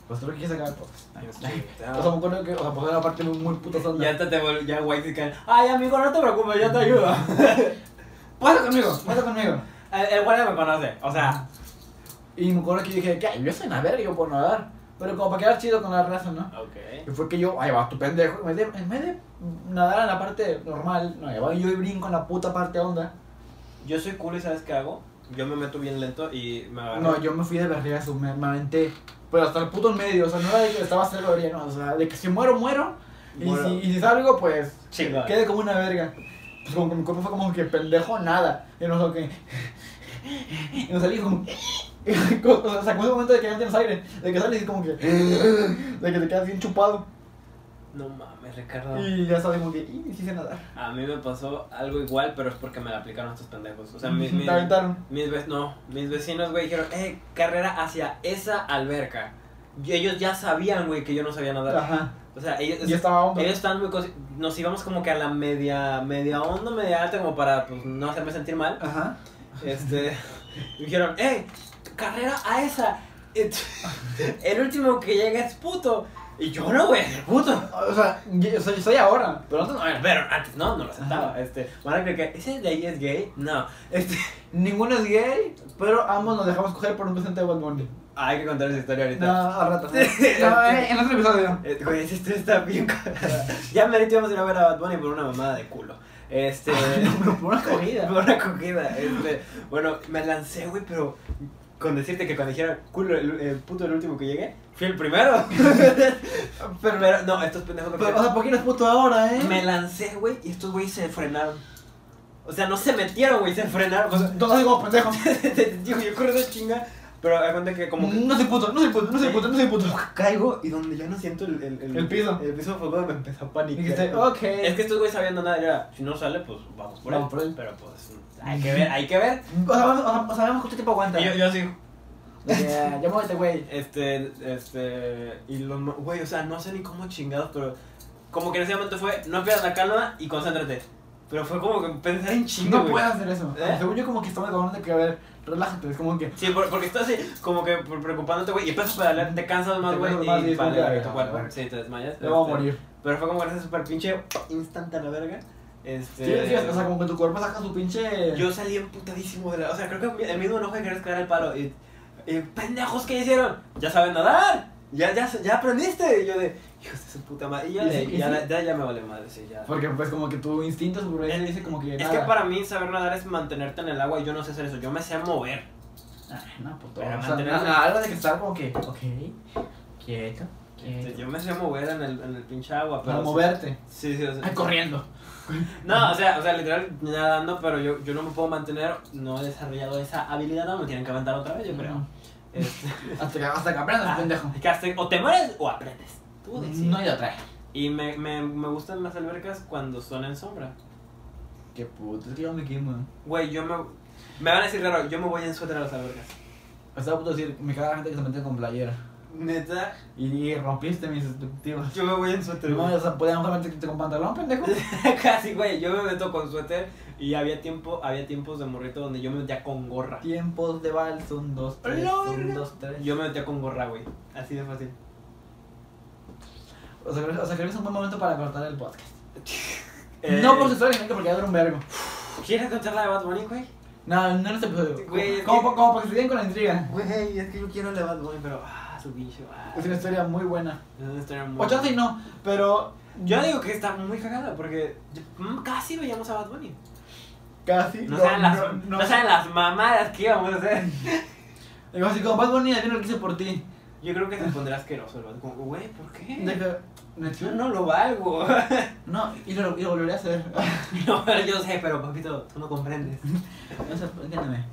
pues creo que quise sacar el podcast. Ay, sí, O sea, me acuerdo que, o sea, pues era una parte muy, muy puta onda. Ya hasta te vol- ya guay te caen. Ay, amigo, no te preocupes, yo te ayudo. Pasa conmigo, pasa conmigo. el, el guardia me conoce, o sea. Y me acuerdo que yo dije, ¿qué? Yo soy una verga, yo puedo nadar. Pero como para quedar chido con la raza, ¿no? Ok. Y fue que yo, ahí va, tu pendejo. En vez de, en vez de nadar en la parte normal, no, ahí va, yo y brinco en la puta parte onda. Yo soy cool y ¿sabes qué hago? Yo me meto bien lento y me agarro. No, yo me fui de vergazo, me, me aventé. Pero hasta el puto medio, o sea, no era de que estaba cero orilla, no, o sea, de que si muero, muero. Y, Muero. Si, y si salgo, pues, Chingón. quede como una verga. Pues como que mi cuerpo fue como que pendejo nada. Y no sé qué. Y no salí como. O sea, sacó ese momento de que ya no tienes aire, de que sales y como que. De que te quedas bien chupado. No mames, Ricardo. Y ya sabemos que. Y sí sé nadar. A mí me pasó algo igual, pero es porque me la aplicaron estos pendejos. O sea, mis, mis, Te aventaron. mis ve- no, mis vecinos, güey, dijeron, eh, carrera hacia esa alberca. Y ellos ya sabían, güey, que yo no sabía nadar. Ajá. O sea, ellos, Ah. Y estaba hondo. ellos estaban muy... consci- Nos íbamos como que a la media, media onda, media alta, como para, pues, no hacerme sentir mal. Ajá. Este, y dijeron, eh, carrera a esa. Et- El último que llega es puto. Y yo no, güey, el puto. O sea, yo, o sea, yo soy ahora, pero antes no. A ver, pero antes no, no lo aceptaba. Este, van a creer que ese de ahí es gay. No, este, Ninguno es gay, pero ambos nos dejamos coger por un presente de Bad Bunny. hay que contar esa historia No, ahorita. al rato. No, eh, en otro episodio. Eh, Güey, esa historia está bien. cagada. ya me íbamos a ir a ver a Bad Bunny por una mamada de culo. Este, Pero por una comida. por una cogida. Este, bueno, me lancé, güey, pero con decirte que cuando dijeron culo, el, el puto el último que llegué, fui el primero. pero, pero, no, estos pendejos no Pero, o sea, ¿por qué eres puto ahora, eh? Me lancé, güey, y estos güeyes se frenaron. O sea, no se metieron, güey, se frenaron. O sea, No soy como pendejo. Digo, yo corro de chinga, pero hay cuenta que como que No soy puto, no soy puto, no soy puto, no soy puto. caigo y donde ya no siento el, el, El piso. el piso fue cuando me empezó a Y panicar. dijiste, ok. Es que estos güeyes sabiendo nada, ya, si no sale, pues vamos por él. Vamos por él. Pero pues, hay que ver, hay que ver. O sea, vamos, o sea, o sea, vemos cuánto tiempo aguanta. Y yo, yo así, Ya, ya muévete, güey. este, este, y los, ma- güey, o sea, no sé ni cómo chingados, pero como que en ese momento fue, no pierdas la calma y concéntrate. Pero fue como que pensar en chingo, No güey. puedes hacer eso. ¿Eh? Según yo, como que estamos acabando de que, a ver, relájate. Es como que. Sí, por- porque estás así, como que por- preocupándote, güey, y empiezas a pedalear, te cansas más, Te güey, cansas más y y es como vale, que, güey, ah, tu cuerpo, bueno. sí, te desmayas. Me voy a este, morir. Pero fue como ese super pinche instante a la verga. Sí, Este, sí, o sea, como que tu cuerpo saca su pinche. Yo salí emputadísimo de la. O sea, creo que el mismo enojo de querer caer al palo. Y, y, pendejos, ¿qué hicieron? Ya saben nadar. Ya, ya, ya aprendiste. Y yo de, hijos de su puta madre. Y yo Y de, sí, y ya, sí. la- ya, ya me vale madre, sí, ya. Porque, pues, como que tu instinto supervivencia dice como que. Es nada. que para mí saber nadar es mantenerte en el agua y yo no sé hacer eso. Yo me sé mover. Ay, No, pues todo. Pero O sea, mantener- na- na- algo de que estar como que, ok, quieto, Este, quieto. Yo me sé mover en el, en el pinche agua. Pero Para moverte. Sí, sí, o sea. Ay, corriendo. No, o sea, o sea, literal nadando, pero yo, yo no me puedo mantener, no he desarrollado esa habilidad, no me tienen que aventar otra vez, yo creo. Este, Hasta que, hasta que aprendas, ah, pendejo. es que hasta- o te mueres o aprendes. Tú decides. No hay otra. Y me, me, me gustan las albercas cuando son en sombra. Qué puto, es que yo me quemo. Güey, yo me. Me van a decir raro, yo me voy en suéter a las albercas. Estaba a punto de decir, me caga la gente que se mete con playera. Neta, Y rompiste mis expectativas. yo me voy en suéter. No, güey. o sea, podíamos solamente que te con pantalón, pendejo. Casi, güey, yo me meto con suéter Y había tiempo, había tiempos de morrito donde yo me metía con gorra. Tiempos de vals, un, dos, tres, La un, verga. dos, tres. Yo me metía con gorra, güey. Así de fácil. O sea, creo- o sea, creo que es un buen momento para cortar el podcast. Eh. No por sexual, sino que porque ya dura un vergo. ¿Quieres contar la de Bad Bunny, güey? No, no en este episodio. Güey, es Como, que- pa- como para que se queden con la intriga. Güey, es que yo quiero la de Bad Bunny, pero ah, su bicho. Ah, Es una historia muy buena. Es una historia muy. O chance y no, pero Yo digo que está muy cagada porque yo- mm, casi veíamos a Bad Bunny. casi. No, saben, las, no, no saben las mamadas que íbamos a hacer. Digo así, como Bad Bunny, adivina lo que hice por ti. Yo creo que se pondrá asqueroso el vato. Como, güey, ¿por qué? Deja- Yo no lo valgo. No, y lo, y lo volveré a hacer. No, pero yo sé, pero papito, tú no comprendes. O sea, entiéndeme.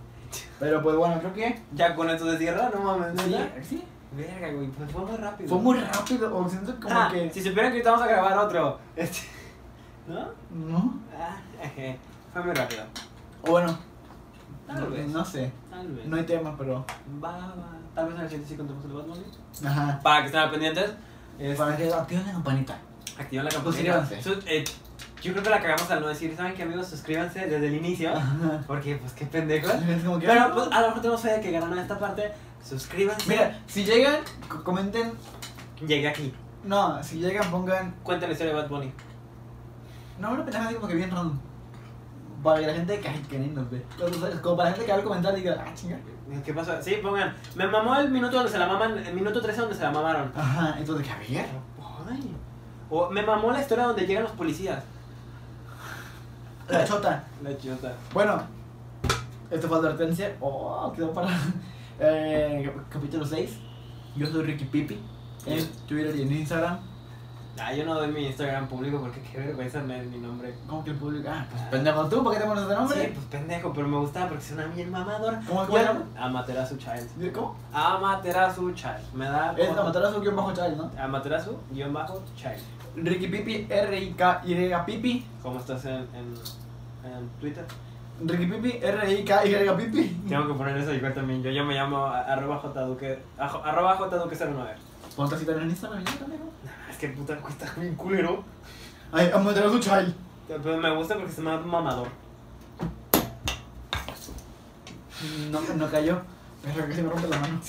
Pero pues bueno, creo que. Ya con esto de cierra, no mames, Sí, ¿verdad? sí. Verga, güey, pues fue muy rápido. Fue muy rápido, o siento como Ah, que. Si supieran que ahorita vamos a grabar otro. Este, ¿No? ¿No? Ah, jeje, fue muy rápido. O bueno, Tal vez. Pues. no sé. Tal vez. No hay tema, pero. Va, va. Tal vez en el siguiente sí contemos el Batman. Ajá. Para que estén al pendientes. es- Para que activen la campanita. Activar la Suscríbanse. campanita. Su- eh, yo creo que la cagamos al no decir, ¿saben qué amigos? Suscríbanse desde el inicio. Ajá. Porque, pues, qué pendejos. Es como que. Pero, pues, a lo mejor tenemos fe de que ganaron esta parte. Suscríbanse. Mira, si llegan, co- comenten. llegué aquí. No, si llegan, pongan. Cuenta la historia de Bad Bunny. No, una pendeja así como que bien random. Para que la gente que, ay, que ni nos ve. O sea, es Como para la gente que va a comentar y diga, ah, chinga. ¿Qué pasó? Sí, pongan. Me mamó el minuto donde se la maman, el minuto 13 donde se la mamaron. Ajá, entonces, ¿qué había? Ay. O me mamó la historia donde llegan los policías. La chota. La chota. Bueno, esto fue advertencia. Oh, quedó para eh, cap- capítulo 6. Yo soy Ricky Pipi en Twitter y en Instagram. Ah, yo no doy mi Instagram público porque qué vergüenza me es mi nombre. ¿Cómo que el público? Ah, pues pendejo tú, ¿por qué te pones ese Sí, nombre? pues pendejo, pero me gustaba porque suena bien mamador. ¿Cómo- cómo se llama? Amaterasu Child. ¿Cómo? Amaterasu Child. Me da. Es Amaterasu guión bajo Chávez, ¿no? Amaterasu guión bajo Child. Ricky Pipi, R-I-K-Y Pipi. ¿Cómo estás en, en, en Twitter? Ricky Pipi, R-I-K-Y Pipi. Tengo que poner eso igual también. Yo ya me llamo a- arroba jduque. ajo- Arroba jduque09. Ponte así también en Instagram, ya también. Es que puta cuesta bien culero. Ay, Amaterasu Chávez. Pero me gusta porque se me da mamador. No, no cayó, pero que se me rompe la mano.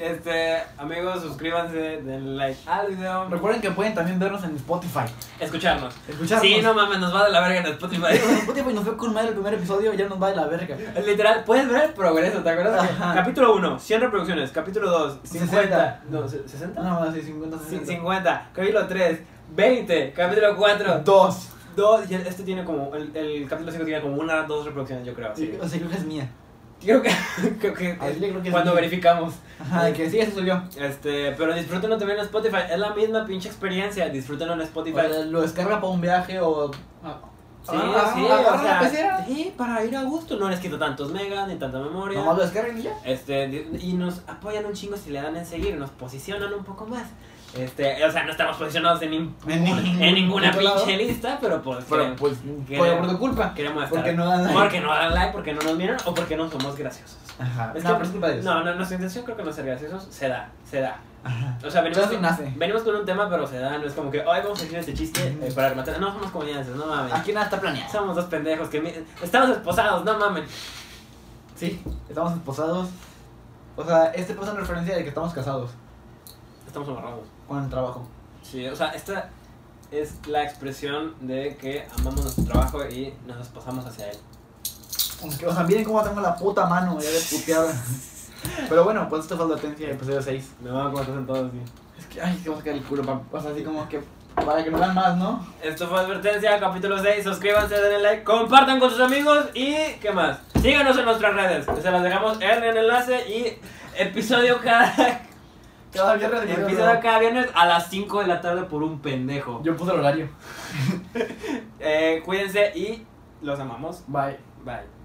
Este, amigos, suscríbanse, denle like al video. Recuerden que pueden también vernos en Spotify. Escucharnos. Escucharnos. Sí, no mames, nos va de la verga en Spotify. En Spotify nos fue con madre el primer episodio, ya nos va de la verga. Literal, puedes ver el progreso, ¿te acuerdas? Ajá. Capítulo 1, 100 reproducciones. Capítulo 2, 50. No, ¿se- ¿60? No, sí, 50, Cin- 60. 50. Capítulo 3, 20. Capítulo 4, Dos. 2. Y el- este tiene como, el, el capítulo 5 tiene como una, dos reproducciones, yo creo. así que- O sea, creo que es mía. Creo que, creo que Así le creo que es cuando mía. verificamos. Ajá, de que sí, eso subió. Este, pero disfrútenlo también en Spotify. Es la misma pinche experiencia. Disfrútenlo en O Spotify. sea, lo descarga para un viaje o. Sí, Ah, sí, agarra o la sea, pecera. sí, para ir a gusto. No les quito tantos megas ni tanta memoria. Nomás lo descargan y ya. Este, di- y nos apoyan un chingo si le dan en seguir, nos posicionan un poco más. Este, o sea, no estamos posicionados en, nin- En ningún- en ninguna otro lado. pinche lista, pero pues, Pero queremos pues, que- por, por tu culpa. queremos estar. Porque no dan like. Porque no dan like, porque no nos miran o porque no somos graciosos. Ajá. Es Ah, no, que- pero es culpa de ellos. No, no, nuestra intención creo que no ser graciosos se da, se da. Ajá. O sea, venimos Todo con, nace. venimos con un tema, pero se da, no es como que, ay, vamos a decir este chiste eh, para rematar. No, somos comediantes, no mames. Aquí nada está planeado. Somos dos pendejos que mi- estamos esposados, no mames. Sí, estamos esposados. O sea, este pasa en referencia de que estamos casados Estamos amarrados. con el trabajo. Sí, o sea, esta es la expresión de que amamos nuestro trabajo y nos pasamos hacia él. Aunque, o sea, miren cómo tengo la puta mano, ya de puteada. Pero bueno, pues esto fue la latencia del episodio 6. Me van a comentar en todo así. Es que, ay, tengo que sacar el culo, pa- o sea, así como que para que no vean más, ¿no? Esto fue Advertencia, capítulo 6. Suscríbanse, denle like, compartan con sus amigos y ¿qué más? Síganos en nuestras redes. Se las dejamos en el enlace y episodio cada, Cada viernes de episodio cada viernes a las 5 de la tarde por un pendejo. Yo puse el horario. Eh, cuídense y los amamos. Bye. Bye.